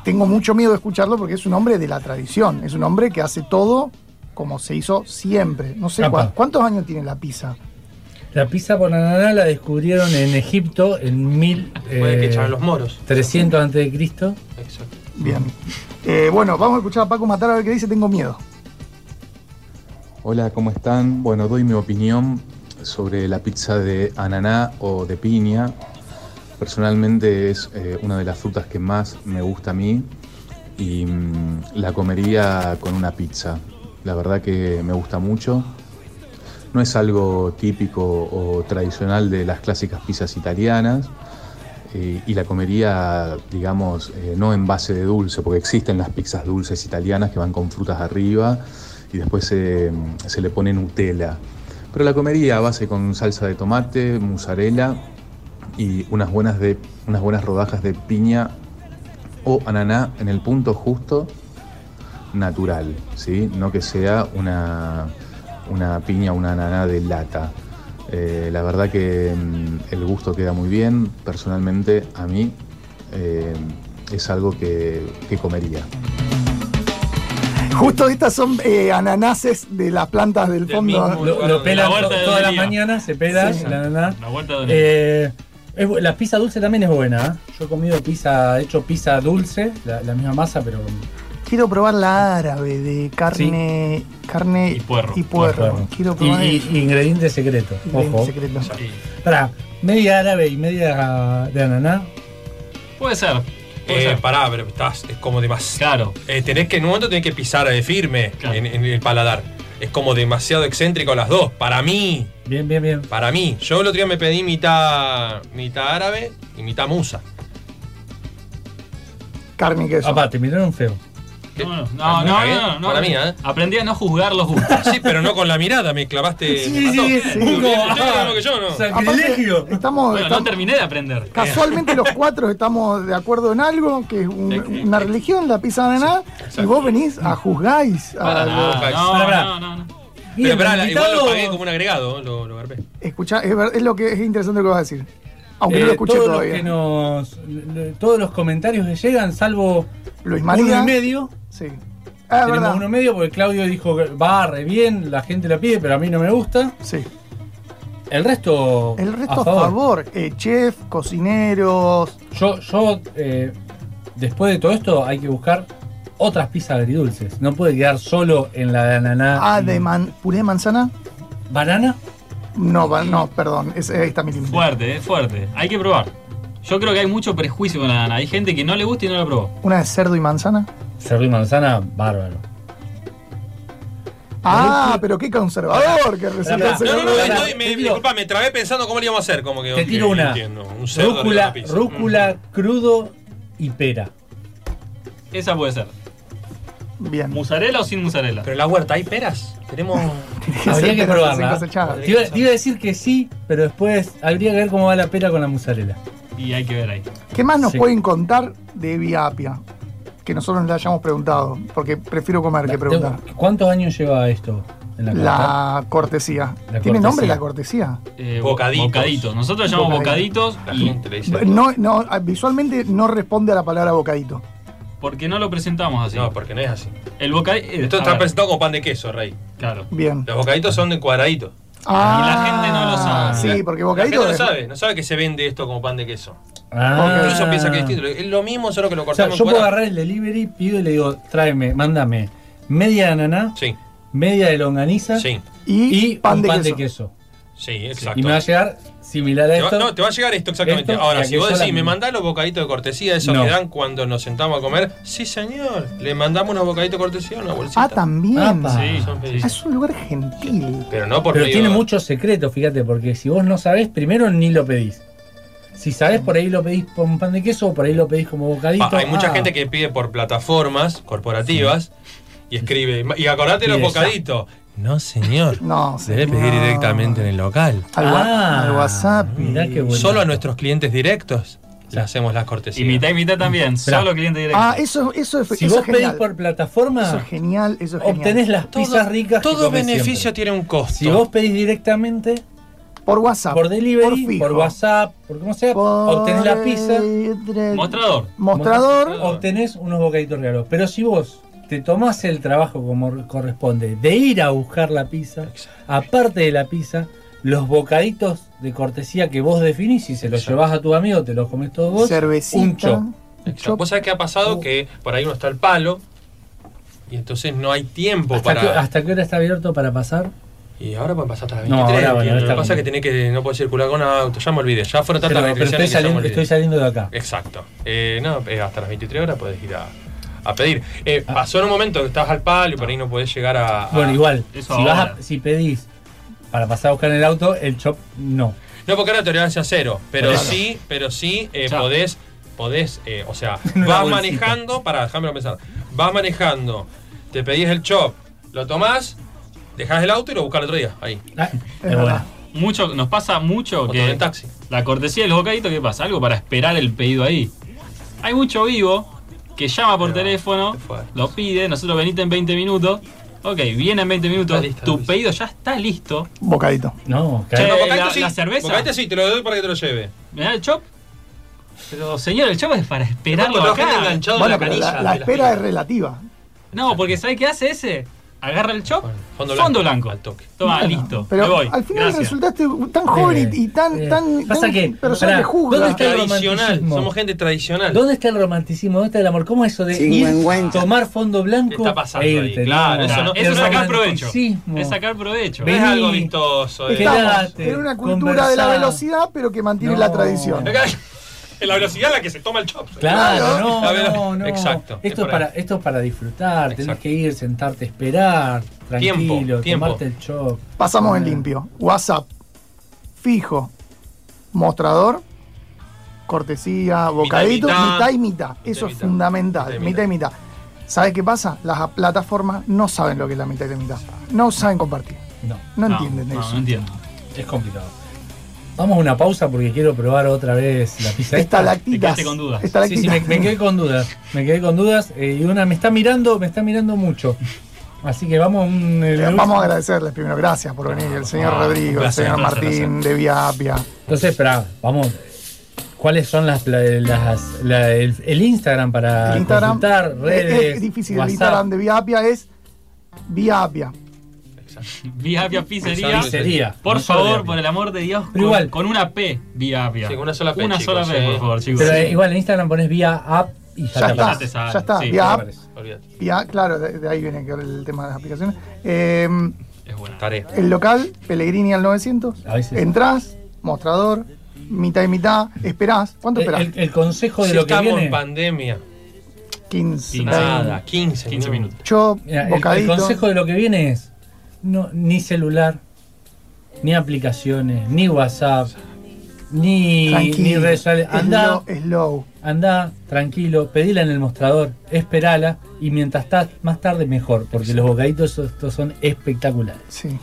Tengo mucho miedo de escucharlo porque es un hombre de la tradición. Es un hombre que hace todo como se hizo siempre. No sé Apa. cuán- cuántos años tiene la pizza. La pizza por ananá la descubrieron en Egipto en mil, Puede que eh, echaban los moros. 300 antes de Cristo. Exacto. Bien. Eh, bueno, vamos a escuchar a Paco Matar a ver qué dice. Tengo miedo. Hola, ¿cómo están? Bueno, doy mi opinión sobre la pizza de ananá o de piña. Personalmente es eh, una de las frutas que más me gusta a mí y mm, la comería con una pizza. La verdad que me gusta mucho. No es algo típico o tradicional de las clásicas pizzas italianas eh, y la comería, digamos, eh, no en base de dulce, porque existen las pizzas dulces italianas que van con frutas arriba y después se, se le pone Nutella. Pero la comería a base con salsa de tomate, mozzarella y unas buenas, de, unas buenas rodajas de piña o ananá en el punto justo natural, ¿sí? No que sea una, una piña, una ananá de lata. Eh, la verdad que mm, el gusto queda muy bien. Personalmente, a mí eh, es algo que, que comería. [laughs] Justo estas son eh, ananases de las plantas del fondo. Lo, lo pelan to- todas las mañanas, se pela Sí. la naná. La vuelta de Eh, es bu- la pizza dulce también es buena. ¿eh? Yo he comido pizza, he hecho pizza dulce, la, la misma masa, pero con- Quiero probar la árabe de carne, carne y puerro. puerro. Quiero Y, probar y- y ingrediente secreto. Ingrediente ojo. secreto. Pará, media árabe y media de ananá. Puede ser. Eh, pará, pero estás, es como demasiado. Claro. tenés que, en un momento tenés que pisar eh, firme en, en el paladar. Es como demasiado excéntrico las dos, para mí. Bien, bien, bien. Para mí. Yo el otro día me pedí mitad, mitad árabe y mitad musa. Carne y queso. Papá, te miraron feo. No, no, Me no, cagué. no, no. Para mí, ¿eh? Aprendí a no juzgar los gustos. Sí, pero no con la mirada, me clavaste. Sí, me sí, mató. sí, ¿Usted sí. lo Ah, mismo que yo, no? Aparte, Estamos, Bueno, no estamos- terminé de aprender. casualmente los cuatro estamos de acuerdo en algo, que es un- una religión, la pizza de ananá, y vos venís a juzgáis. Ah, A Para los- nada, no, no, Bien, Pero pará, la- igual lo invitado- pagué como un agregado, ¿eh? lo, lo garpé. Escuchá, es, ver- es lo que es interesante lo que vas a decir. Aunque no Eh, lo escuché todos todavía. Los que nos, le- todos los comentarios que llegan, salvo Luis María. uno y medio. Sí. Ah, es Tenemos verdad. uno y medio porque Claudio dijo que va re bien, la gente la pide, pero a mí no me gusta. Sí. El resto. El resto a favor, eh, chef, cocineros. Yo, yo eh, después de todo esto, hay que buscar otras pizzas agridulces. No puede quedar solo en la de ananá. Ah, de man- puré de manzana. ¿Banana? No, ba- no, perdón, es- ahí está mi límite. [laughs] Fuerte, es fuerte. Hay que probar. Yo creo que hay mucho prejuicio con la nana. Hay gente que no le gusta y no la probó. Una de cerdo y manzana. Cerdo y manzana, bárbaro. Ah, pero qué conservador que resulta ser. No, no, no, Banana. estoy, me, disculpa, me trabé pensando cómo lo íbamos a hacer. Como que, Te tiro ok, una. entiendo, un cerdo arriba de la Rúcula, pizza. Mm. rúcula crudo y pera. Esa puede ser. Bien. ¿Musarela o sin musarela? Pero en la huerta hay peras. [laughs] Tenemos. [laughs] Habría que probarla. Te iba, te iba a decir que sí, pero después habría que ver cómo va la pera con la mozzarella. Y hay que ver ahí. ¿Qué más nos Sí. pueden contar de Vía Apia? Que nosotros no le hayamos preguntado, porque prefiero comer que preguntar. ¿Cuántos años lleva esto en la carta? La cortesía. La ¿Tiene cortesía. nombre la cortesía? Eh, bo- Bocaditos. bocaditos. Nosotros llamamos Bocaditos. bocaditos y No, no, ah, visualmente no responde a la palabra bocadito. porque no lo presentamos así. No, porque no es así. El bocadito. eh, Esto está presentado como pan de queso, Rey. Claro. Bien. Los bocaditos son de cuadradito. Ah, y la gente no lo sabe. Sí, porque La gente bocadito. no es- sabe, no sabe que se vende esto como pan de queso. Ah. Incluso piensa que es distinto. Es lo mismo, solo que lo O sea, cortamos yo en puedo cuadrado. agarrar el delivery, pido y le digo, tráeme, mándame media de ananá, Sí, media de longaniza sí, Y, y pan un de pan queso. de queso. sí, exacto. Y me va a llegar similar a Te va- esto. no, te va a llegar esto exactamente. Esto Ahora, y si vos aquello decís, me la- mandás los bocaditos de cortesía, esos No. que dan cuando nos sentamos a comer, sí, señor, le mandamos unos bocaditos de cortesía, una bolsita. Ah, también. Apa. Sí, son Ah, pedidos. Es un lugar gentil. Pero no por Pero pedido. tiene muchos secretos, fíjate, porque si vos no sabés, primero ni lo pedís. Si sabés, por ahí lo pedís con pan de queso o por ahí lo pedís como bocadito. Ah, hay mucha Ah, gente que pide por plataformas corporativas y escribe. Y acordate los Pide ya. bocaditos. No, [laughs] señor. No, Se debe pedir directamente en el local. Al, wa- Ah. al WhatsApp. Mirá qué bueno. Solo a nuestros clientes directos le hacemos las cortesías. Y mitad y mitad también. Esperá. Solo cliente directo. Ah, eso, eso, es- Si eso vos es genial. pedís por Eso es plataforma, genial, eso es genial. obtenés las Todo- pizzas ricas que Todo comés beneficio siempre. tiene un costo. Si vos pedís directamente, Por WhatsApp. por delivery, por por, fijo. WhatsApp, por como sea, obtenés la pizza, Entre- Mostrador. Mostrador. obtenés unos bocaditos regalos. Pero si vos te tomás el trabajo como corresponde de ir a buscar la pizza, aparte de la pizza, los bocaditos de cortesía que vos definís, si se los Exacto. llevas a tu amigo, te los comes todos vos, Cervecita. un chop. Exacto. Vos sabés qué ha Oh. pasado que por ahí uno está el palo y entonces no hay tiempo ¿Hasta, para. qué, hasta qué hora está abierto para pasar? Y ahora van a pasar hasta las No, 23. ahora, bueno, entiendo. está Lo que pasa es que bien. tenés que no podés circular con auto. Ya me olvidé. Ya fueron Pero, tantas pero restricciones que estoy, ya me saliendo, olvidé. estoy saliendo de acá. Exacto. Eh, no, eh, hasta las 23 horas podés ir a, a pedir. Eh, Pasó en un momento que estabas al palo y por ahí no podés llegar a. a- Ah. Bueno, igual, si, Eso vas a- ahora. si pedís para pasar a buscar en el auto, el chop no. No, porque ahora tolerancia cero. Pero Claro. sí, pero sí eh, Chao. podés. Podés, eh, o sea, [laughs] Una vas bolsita. manejando. Pará, déjamelo pensar. Vas manejando, te pedís el chop, lo tomás, dejás el auto y lo buscas el otro día. Ahí. Ah, es verdad. bueno. mucho, nos pasa mucho que la cortesía del bocadito, ¿qué pasa? Algo para esperar el pedido ahí. Hay mucho vivo que llama por teléfono, lo pide, nosotros venite en 20 minutos. Ok, viene en 20 minutos, tu pedido ya está listo. Bocadito. No, Che, No, Bocaíto la, sí, la cerveza. Bocaíto sí, te lo doy para que te lo lleve. ¿Me da el chop? Pero señor, el chop es para esperarlo Pero, pero, acá. gente enganchado Bueno, pero la, la espera es relativa. No, porque ¿sabés qué hace ese? Agarra el chop, fondo blanco. Al toque. Toma, listo. Pero me voy. al final Gracias. resultaste tan joven y, y tan, tan, Eh, Pasa tan que, persona pará, que juzga. ¿dónde está el Tradicional, romanticismo? somos gente tradicional. ¿Dónde está el romanticismo? ¿Dónde está el amor? ¿Cómo es eso de Sí, ir, vergüenza. tomar fondo blanco? Está pasando e ahí, irte? claro, eso no- el eso es sacar provecho. romanticismo. Es sacar provecho. No es algo vistoso. eh. Estamos en una cultura de la conversá. velocidad, pero que mantiene la tradición. En la velocidad a la que se toma el chop. Claro, La no, velo- no, no. Exacto. Esto es, por para, ahí. esto es para disfrutar, tenés que ir, sentarte, esperar, tranquilo, Tiempo, tiempo. tomarte el Ah. chop. Pasamos en limpio. WhatsApp, fijo, mostrador, cortesía, bocadito, mitad. mitad y mitad. Eso es fundamental, mitad y mitad. ¿Sabes qué pasa? Las plataformas no saben lo que es la mitad y la mitad. No saben compartir. No. No entienden no, eso. no entiendo. Es complicado. Vamos a una pausa porque quiero probar otra vez la pizza. esta. Estalactitas. Te quedaste con dudas. Sí, sí, Estalactitas. me, me quedé con dudas. Me quedé con dudas. eh, y una me está mirando, me está mirando mucho. Así que vamos a un. eh, Eh, Vamos a agradecerles primero. Gracias por venir. El señor Ah, Rodrigo, un placer, el señor un placer, Martín, placer. de Vía Apia. Entonces, espera, vamos. ¿Cuáles son las, pla- las- la- el, el Instagram para El Instagram Ah, consultar, redes, es, es difícil. WhatsApp? El Instagram de Vía Apia es Vía Apia. Vía Apia Pizzería. Pizzería. Por Mucho favor, Apia. por el amor de Dios. Con, Pero igual. con una P, Vía Apia. Sí, con una sola P, Una chicos, sola P, sí. por favor, chicos. Pero eh, Sí. igual en Instagram pones vía app y ya, Ya te está, aparece. ya está, Sí, vía te app. aparece. Vía, claro, de, de ahí viene que el tema de las aplicaciones. Eh, Es buena tarea. el local, Pellegrini al 900. A veces. Entrás, mostrador, mitad y mitad. Esperás. ¿Cuánto El, esperás? Eh, el- el consejo de Si lo que estamos viene. en pandemia. 15. Nada, 15, minutos. Yo, Mira, el- el, bocadito. consejo de lo que viene es no, ni celular, ni aplicaciones, ni WhatsApp, ni, Tranquilo, ni redes sociales. Andá, slow, slow. andá tranquilo, pedila en el mostrador, esperala y mientras estás más tarde mejor, porque los bocaditos estos son espectaculares. Sí.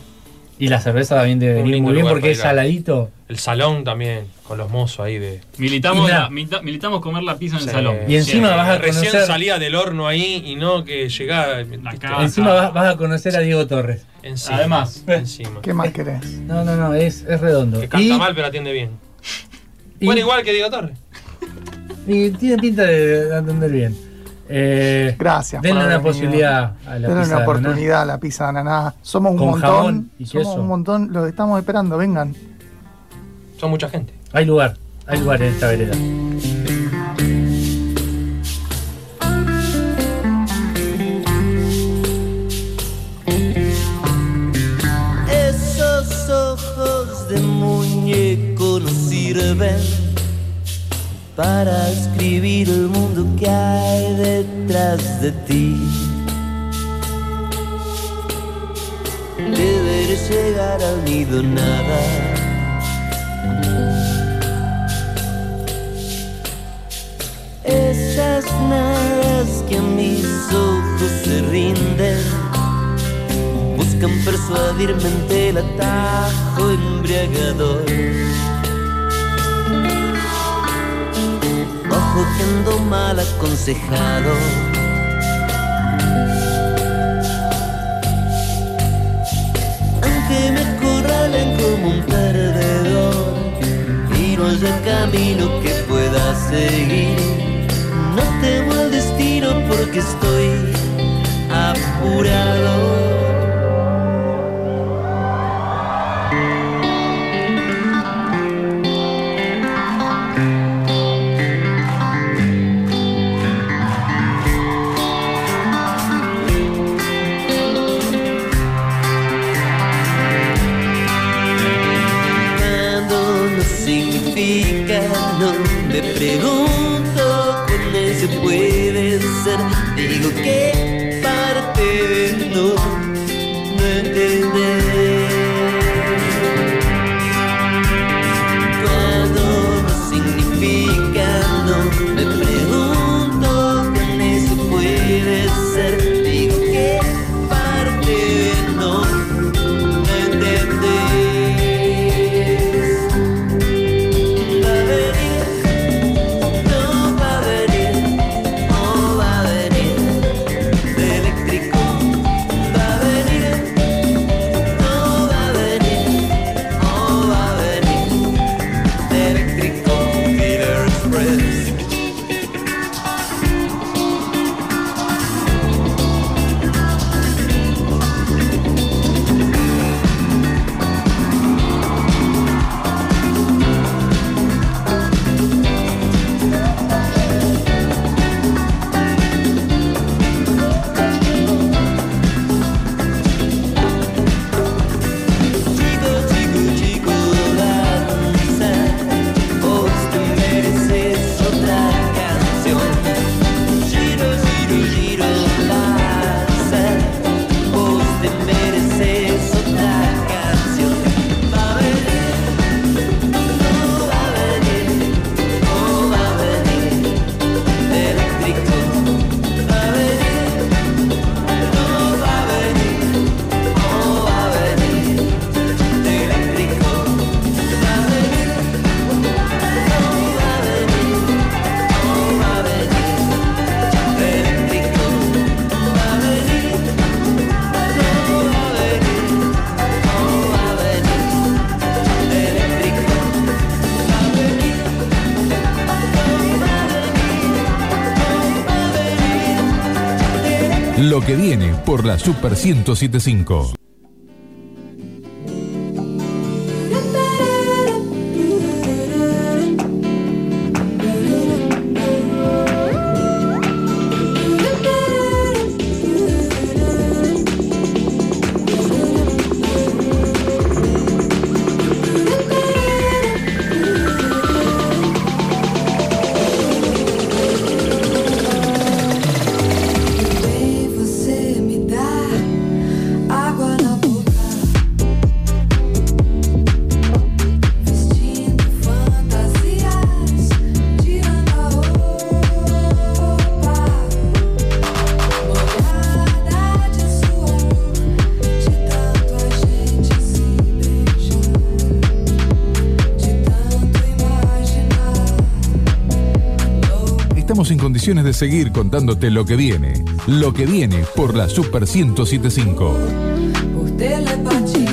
Y la cerveza también debe Un venir lindo muy bien lugar porque para es ir a- saladito. El salón también, con los mozos ahí de. Militamos, Y nada. la- milita- militamos comer la pizza en el Sí, salón. sí. Recién conocer- salía del horno ahí y no que llegaba. Encima vas, vas a conocer a Diego Torres. Ah, Encima, Además. encima. ¿Qué más querés? No, no, no, es, es redondo. Que canta mal, pero atiende bien. [laughs] y- Bueno, igual que Diego Torres. Y tiene pinta de de entender bien. Eh, Gracias. por Denle haber una venido. posibilidad a la Denle pizza una de ananá. oportunidad a la pizza de ananá. Somos un Con montón. jamón y somos queso. un montón. Los estamos esperando. Vengan. Son mucha gente. Hay lugar, hay lugar en [laughs] esta vereda. Esos ojos de muñeco no sirven para escribir el mundo que hay detrás de ti. Deberes llegar al nido nada. Esas nadas que a mis ojos se rinden buscan persuadirme ante el atajo embriagador. Ojo que ando mal aconsejado. Aunque me acorralen como un perdedor y no haya camino que pueda seguir, no temo al destino porque estoy apurado. Cuando no significa, no me pregunto con eso puede ser. Digo que parte de no, no entender. Cuando no significa, no me pregunto con eso puede ser. Digo que parte de no, no entender. oh, es otra canción. Va a venir, no va a venir, no va a venir. Eléctrico, va a venir, no va a venir, no va a venir. Eléctrico, va a venir, no va a venir, no va a venir. Eléctrico, va a venir. No va a venir, no va a venir, eléctrico, va a venir, no va a venir, no va a venir. Lo que viene por la Super 1075. Bem, você me dá água na boca, vestindo fantasias, tirando a roupa, molhada de suor, de tanto a gente se beijar, de tanto imaginar. Estamos en condiciones de seguir contándote lo que viene. Lo que viene por la Super 1075. Por telepatía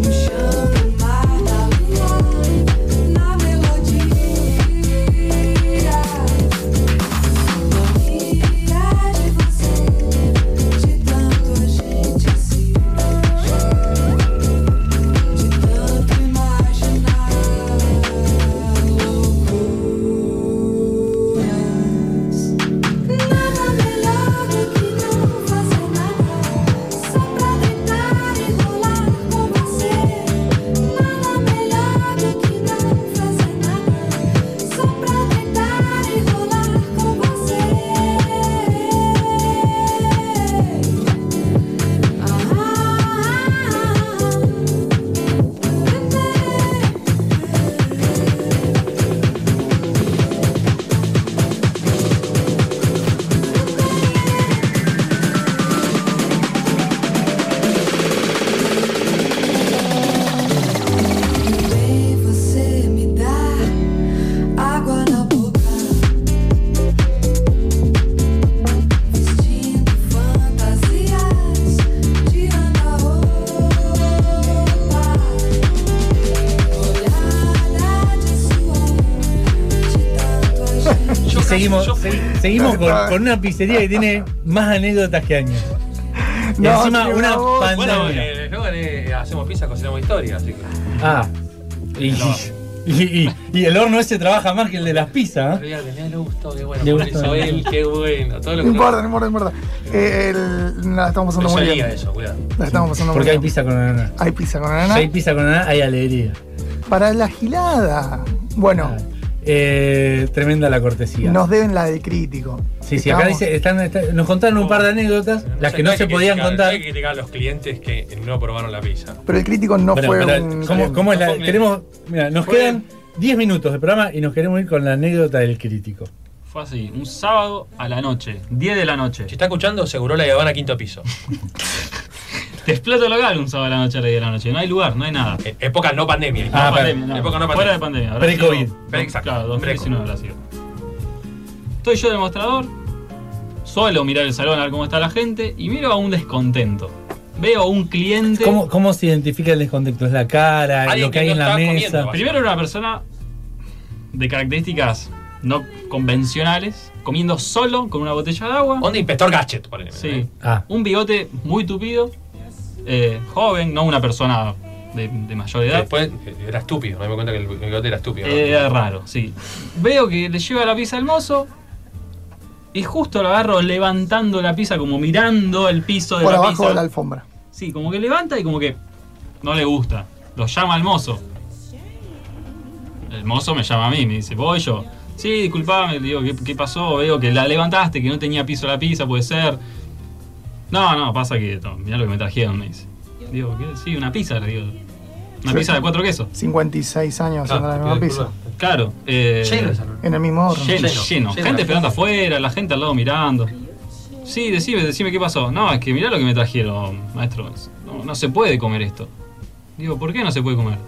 No chão, no mar, na lua Na melodia Sintonia de você De tanto a gente se beijar De tanto imaginar Loucuras Nada melhor do que não fazer nada, só pra deitar e rolar com você. Nada melhor do que não fazer nada, só pra deitar e rolar com você. Bem, você me dá água na boca, vestindo fantasias, tirando a roupa, molhada de suor, de tanto a gente. Y seguimos se- seguimos con, con una pizzería que tiene más anécdotas que años. Y No, encima sí, una bravo. pandemia. Bueno, eh, yo gané, hacemos pizza, cocinamos historia, así que. Ah, y, y, y- y el horno ese trabaja más que el de las pizzas. ¿eh? Pero ya, tenía le gustó, qué Le bueno. Por gustó. Isabel, qué bueno. Todo lo No que importa, no importa, no importa. Eh, el- la estamos pasando No muy sabía bien. eso, cuidado. La estamos pasando muy Porque hay bien. pizza con ananá. Hay pizza con Si ananá. hay pizza con ananá, hay alegría. Para la gilada. Bueno, Eh, tremenda la cortesía. nos deben la del crítico. sí, sí, acá Estamos- dice, están- están- nos contaron un par de anécdotas, las sé, que no hay se podían criticar, contar. Hay que criticar a los clientes que no probaron la pizza. Pero el crítico no Bueno, fue pero, un. ¿cómo, cómo es la- No fue un queremos, mira, nos Fue- quedan 10 minutos de programa y nos queremos ir con la anécdota del crítico. Fue así, un sábado a la noche, 10 de la noche. Si está escuchando, seguro la llevan a quinto piso. [laughs] Te explota el local un sábado a la noche a las 10 de la noche. No hay lugar, no hay nada. Eh, Época no pandemia. Ah, no pandemia, no. Época no Fuera pandemia. de pandemia. habrá Pre-COVID. sido- Pre- exacto, Claro, 2019 habrá sido. Estoy yo en el mostrador, solo mirar el salón a ver cómo está la gente y miro a un descontento. Veo a un cliente. ¿Cómo, cómo se identifica el descontexto? ¿Es la cara? ¿Lo que, hay en la mesa? Primero era una persona de características no convencionales, comiendo solo con una botella de agua. Onda Inspector Gadget, ¿eh? por ejemplo. Sí. Ah. Un bigote muy tupido, eh, joven, no una persona de, de mayor edad. Después eh, era estúpido, me di cuenta que el bigote era estúpido. ¿no? Eh, Era raro, sí. Veo que le lleva la pizza al mozo. Y justo lo agarro levantando la pizza, como mirando el piso de Por la abajo pizza. de la alfombra. Sí, como que levanta y como que no le gusta. Lo llama al mozo. El mozo me llama a mí, me dice, voy yo. Sí, disculpame, le digo, ¿qué, qué pasó? Veo que la levantaste, que no tenía piso la pizza, puede ser. No, no, pasa que. no, mirá lo que me trajeron, me dice. Digo, ¿qué? Sí, una pizza, le digo. Una Sí. pizza de cuatro quesos. Ah, 56 años haciendo la misma pizza. Claro. eh, Lleno el En el mismo horno. Lleno, Lleno, lleno. lleno. Gente esperando afuera, la gente al lado mirando. Sí, decime, decime qué pasó. No, es que mirá lo que me trajeron, maestro. No, no se puede comer esto. Digo, ¿por qué no se puede comer?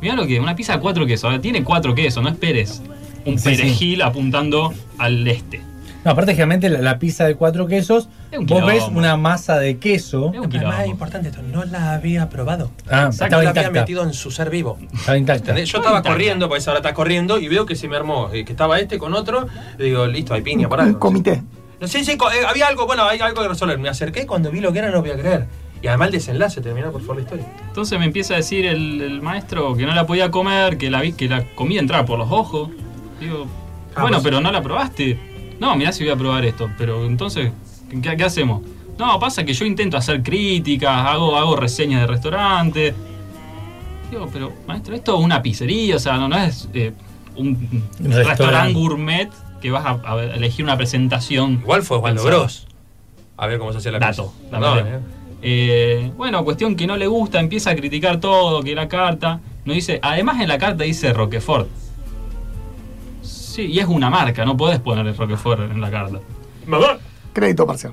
Mirá lo que, una pizza de cuatro quesos. Ahora, tiene cuatro quesos, no esperes. Un Sí, sí. perejil apuntando al este. No, aparte, generalmente la, la pizza de cuatro quesos, Es un vos ves quilombo. una masa de queso. Lo más importante esto, no la había probado. Ah, Exacto, estaba no la había intacta. metido en su ser vivo. Estaba intacta. ¿Entendés? Yo estaba corriendo, porque ahora está corriendo, y veo que se me armó, eh, que estaba este con otro, y digo, listo, hay piña, pará. Un comité. No sé si co- eh, había algo, bueno, hay algo que resolver. Me acerqué cuando vi lo que era, no voy a creer. Y además el desenlace, terminó por favor la historia. Entonces me empieza a decir el, el maestro que no la podía comer, que la, vi- que la comida entraba por los ojos. Digo, Ah, bueno, pues- pero no la probaste. No, mirá si voy a probar esto. Pero entonces, ¿qué, qué hacemos? No, pasa que yo intento hacer críticas, hago, hago reseñas de restaurante. Digo, pero maestro, esto es una pizzería, o sea, no, no es eh, un Restaurante. restaurante. gourmet que vas a, a elegir una presentación. Igual fue Juan pensada. Logros. A ver cómo se hacía la Dato, pizza. la No, verdad. eh. Eh, bueno, cuestión que no le gusta, empieza a criticar todo, que la carta no dice. Además en la carta dice Roquefort. Sí, y es una marca, no podés poner el Roquefort en la carta. Crédito parcial.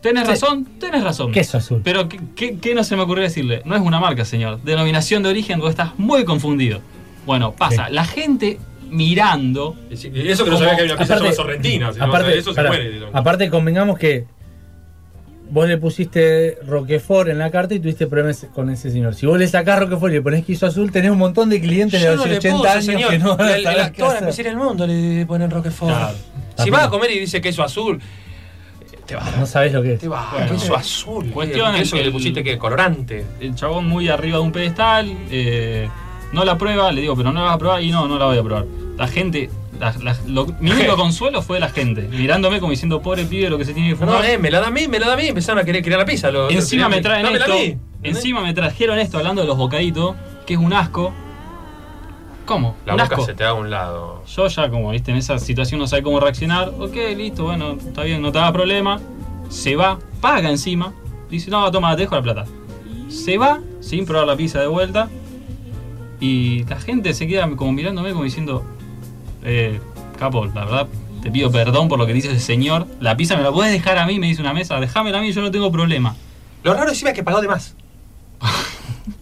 Tenés razón, tenés razón. Queso azul. Pero ¿qué, qué, qué no se me ocurrió decirle? No es una marca, señor. Denominación de origen, vos estás muy confundido. Bueno, pasa, la gente mirando. Y eso que no sabía que había una pizza sobre sorrentina. si no, o sea, eso pará, se muere. digamos. aparte, convengamos que vos le pusiste Roquefort en la carta y tuviste problemas con ese señor. Si vos le sacás Roquefort y le ponés queso azul, tenés un montón de clientes de Yo los no le 80 puse, años señor. que no van a El- el saber actor, qué la hacer. pizzería del mundo le ponen Roquefort. Claro. Si vas a comer y dice queso azul, Ah, No sabés lo que es. te vas. Bueno. queso azul. Cuestión, Eso que el- le pusiste que colorante. eh, el chabón muy arriba de un pedestal, eh, no la prueba, le digo, pero no la vas a probar y no, no la voy a probar. La gente, la- la- lo- mi [laughs] único consuelo fue la gente, mirándome como diciendo, pobre pibe, lo que se tiene que No, fumar. no, eh, me la da a mí, me la da a mí. Empezaron a querer crear la pizza. los- encima los- me traen Dámela esto, a mí. encima me trajeron esto hablando de los bocaditos, que es un asco. ¿Cómo? La un boca asco. se te da a un lado. Yo ya como, viste, en esa situación no sabe cómo reaccionar. Ok, listo, bueno, está bien, no te da problema. Se va, paga encima. Dice, no, toma, te dejo la plata. Se va, sin probar la pizza de vuelta. Y la gente se queda como mirándome, como diciendo, eh, capo, la verdad, te pido perdón por lo que dice ese señor. La pizza me la puedes dejar a mí, me dice una mesa. Dejámela a mí, yo no tengo problema. Lo raro encima es que pagó de más.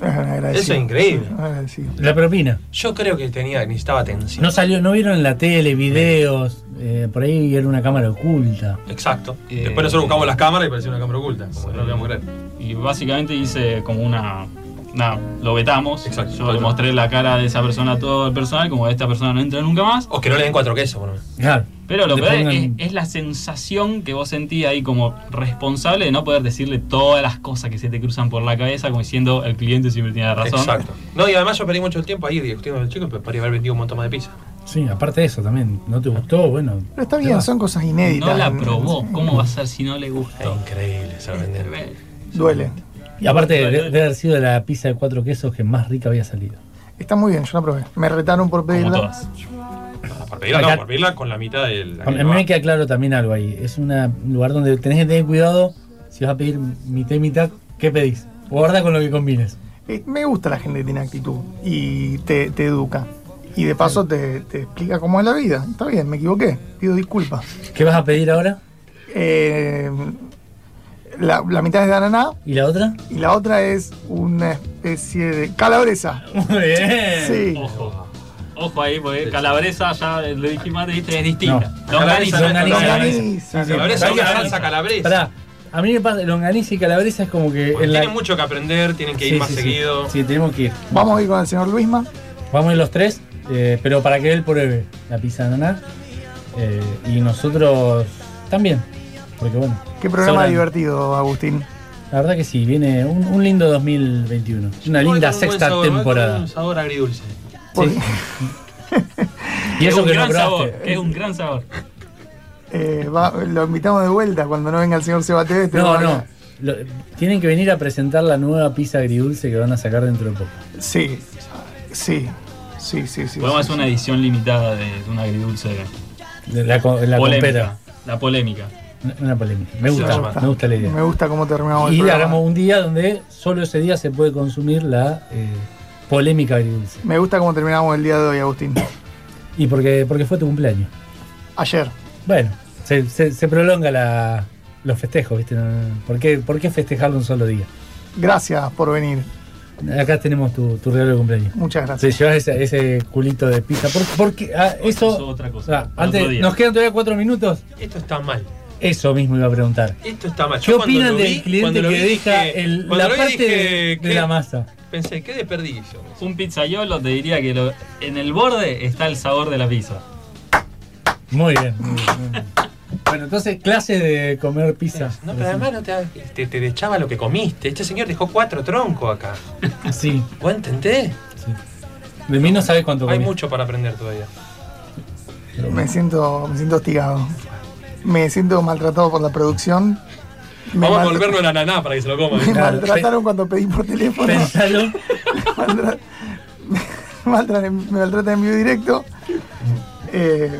Agradecido. Eso es increíble. Agradecido. La propina. Yo creo que tenía, necesitaba atención. No salió, no vieron en la tele videos, eh, por ahí era una cámara oculta. Exacto. Eh, Después nosotros buscamos las cámaras y parecía una cámara oculta. Como que no lo íbamos a creer. Y básicamente hice como una. Nada, lo vetamos. Exacto. Yo le mostré la cara de esa persona a todo el personal, como esta persona no entra nunca más. O que no le den cuatro quesos, por lo menos. Claro. Pero lo Le peor pongan- es, es la sensación que vos sentís ahí como responsable de no poder decirle todas las cosas que se te cruzan por la cabeza, como diciendo el cliente siempre tiene la razón. Exacto. No, y además yo perdí mucho tiempo ahí discutiendo con el chico, pero podría haber vendido un montón más de pizza. Sí, aparte de eso también, no te gustó, bueno. Pero está bien, son cosas inéditas. No la En- [laughs] probó. ¿Cómo va a ser si no le Es gustó? increíble se vender. Duele. Y aparte de, de haber sido la pizza de cuatro quesos que más rica había salido. Está muy bien, yo la probé. Me retaron por Como pedirla. todas. Por pedirla, Acá- no, por pedirla con la mitad del. A mí me queda claro también algo ahí. Es una- un lugar donde tenés que tener cuidado si vas a pedir mitad y mitad, ¿qué pedís? Guarda con lo que combines. Eh, Me gusta la gente que tiene actitud y te, te educa. Y de paso te, te explica cómo es la vida. Está bien, me equivoqué. Pido disculpas. ¿Qué vas a pedir ahora? Eh, la, la mitad es de ananá ¿Y la otra? y la otra es una especie de calabresa. Muy bien. Sí. Ojo. Ojo ahí, porque calabresa, ya lo dijimos antes, viste, es distinta. No. Longaniza. Longaniza. Longaniza. Sí, sí. Calabresa, una Pará, salsa calabresa. Pará, a mí me pasa, longaniza y calabresa es como que. Porque en la- Tienen mucho que aprender, tienen que Sí, ir más sí, sí. seguido. Sí, tenemos que ir. Vamos a ir con el señor Luisma. Vamos a ir los tres, eh, pero para que él pruebe la pizza de ananá. eh, y nosotros también. Porque bueno, Qué programa Sobran. divertido, Agustín. la verdad que sí, viene un, un lindo 2021. Una Hoy con linda un buen sexta sabor, hoy con temporada. Un sabor agridulce. Por- Sí. Y Es eso un que no gran probaste. sabor, es un gran sabor. eh, va- lo invitamos de vuelta cuando no venga el señor Sebateves. No, no. Lo- tienen que venir a presentar la nueva pizza agridulce que van a sacar dentro de poco. Sí, sí, sí, sí. sí Podemos sí, hacer una edición limitada de, de un agridulce De La, co- la polémica. compera. La polémica. Una polémica. Me gusta, Sí, me gusta la idea. Me gusta cómo terminamos Y el programa. hagamos un día donde solo ese día se puede consumir la eh, polémica agridulce. Me gusta cómo terminamos el día de hoy, Agustín. Y porque, porque fue tu cumpleaños. Ayer. Bueno, se, se- se prolonga la, los festejos, ¿viste? No, no, no. ¿Por, qué, ¿Por qué festejarlo un solo día? Gracias por venir. Acá tenemos tu, tu regalo de cumpleaños. Muchas Se gracias. llevas ese, ese culito de pizza. ¿Por, por qué? Ah, Eso eso. otra cosa. ah, Para otro antes, día. nos quedan todavía cuatro minutos. Esto está mal. Eso mismo iba a preguntar. Esto está mal. ¿Qué Yo cuando opinan lo del vi- cliente cuando que lo vi deja dije- el- cuando la lo vi parte dije, de, de ¿qué? la masa? Pensé, qué desperdicio. Un pizzaiolo te diría que lo- en el borde está el sabor de la pizza. Muy bien. bueno, entonces, clase de comer pizza. No, pero además no te, te, te echaba lo que comiste. Este señor dejó cuatro troncos acá. Sí, ¿Vos entendés? de mí no sabes cuánto Hay comí. mucho para aprender todavía. Me siento, me siento hostigado. Me siento maltratado por la producción. Me, Vamos a maltra- volverlo la naná para que se lo coma. me ¿eh? Claro, maltrataron cuando pedí por teléfono. [laughs] Pensalo. Maltra- [laughs] me, maltratan, en- me maltratan en vivo y directo. Eh,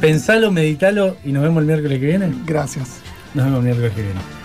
Pensalo, meditalo y nos vemos el miércoles que viene. gracias. Nos vemos el miércoles que viene.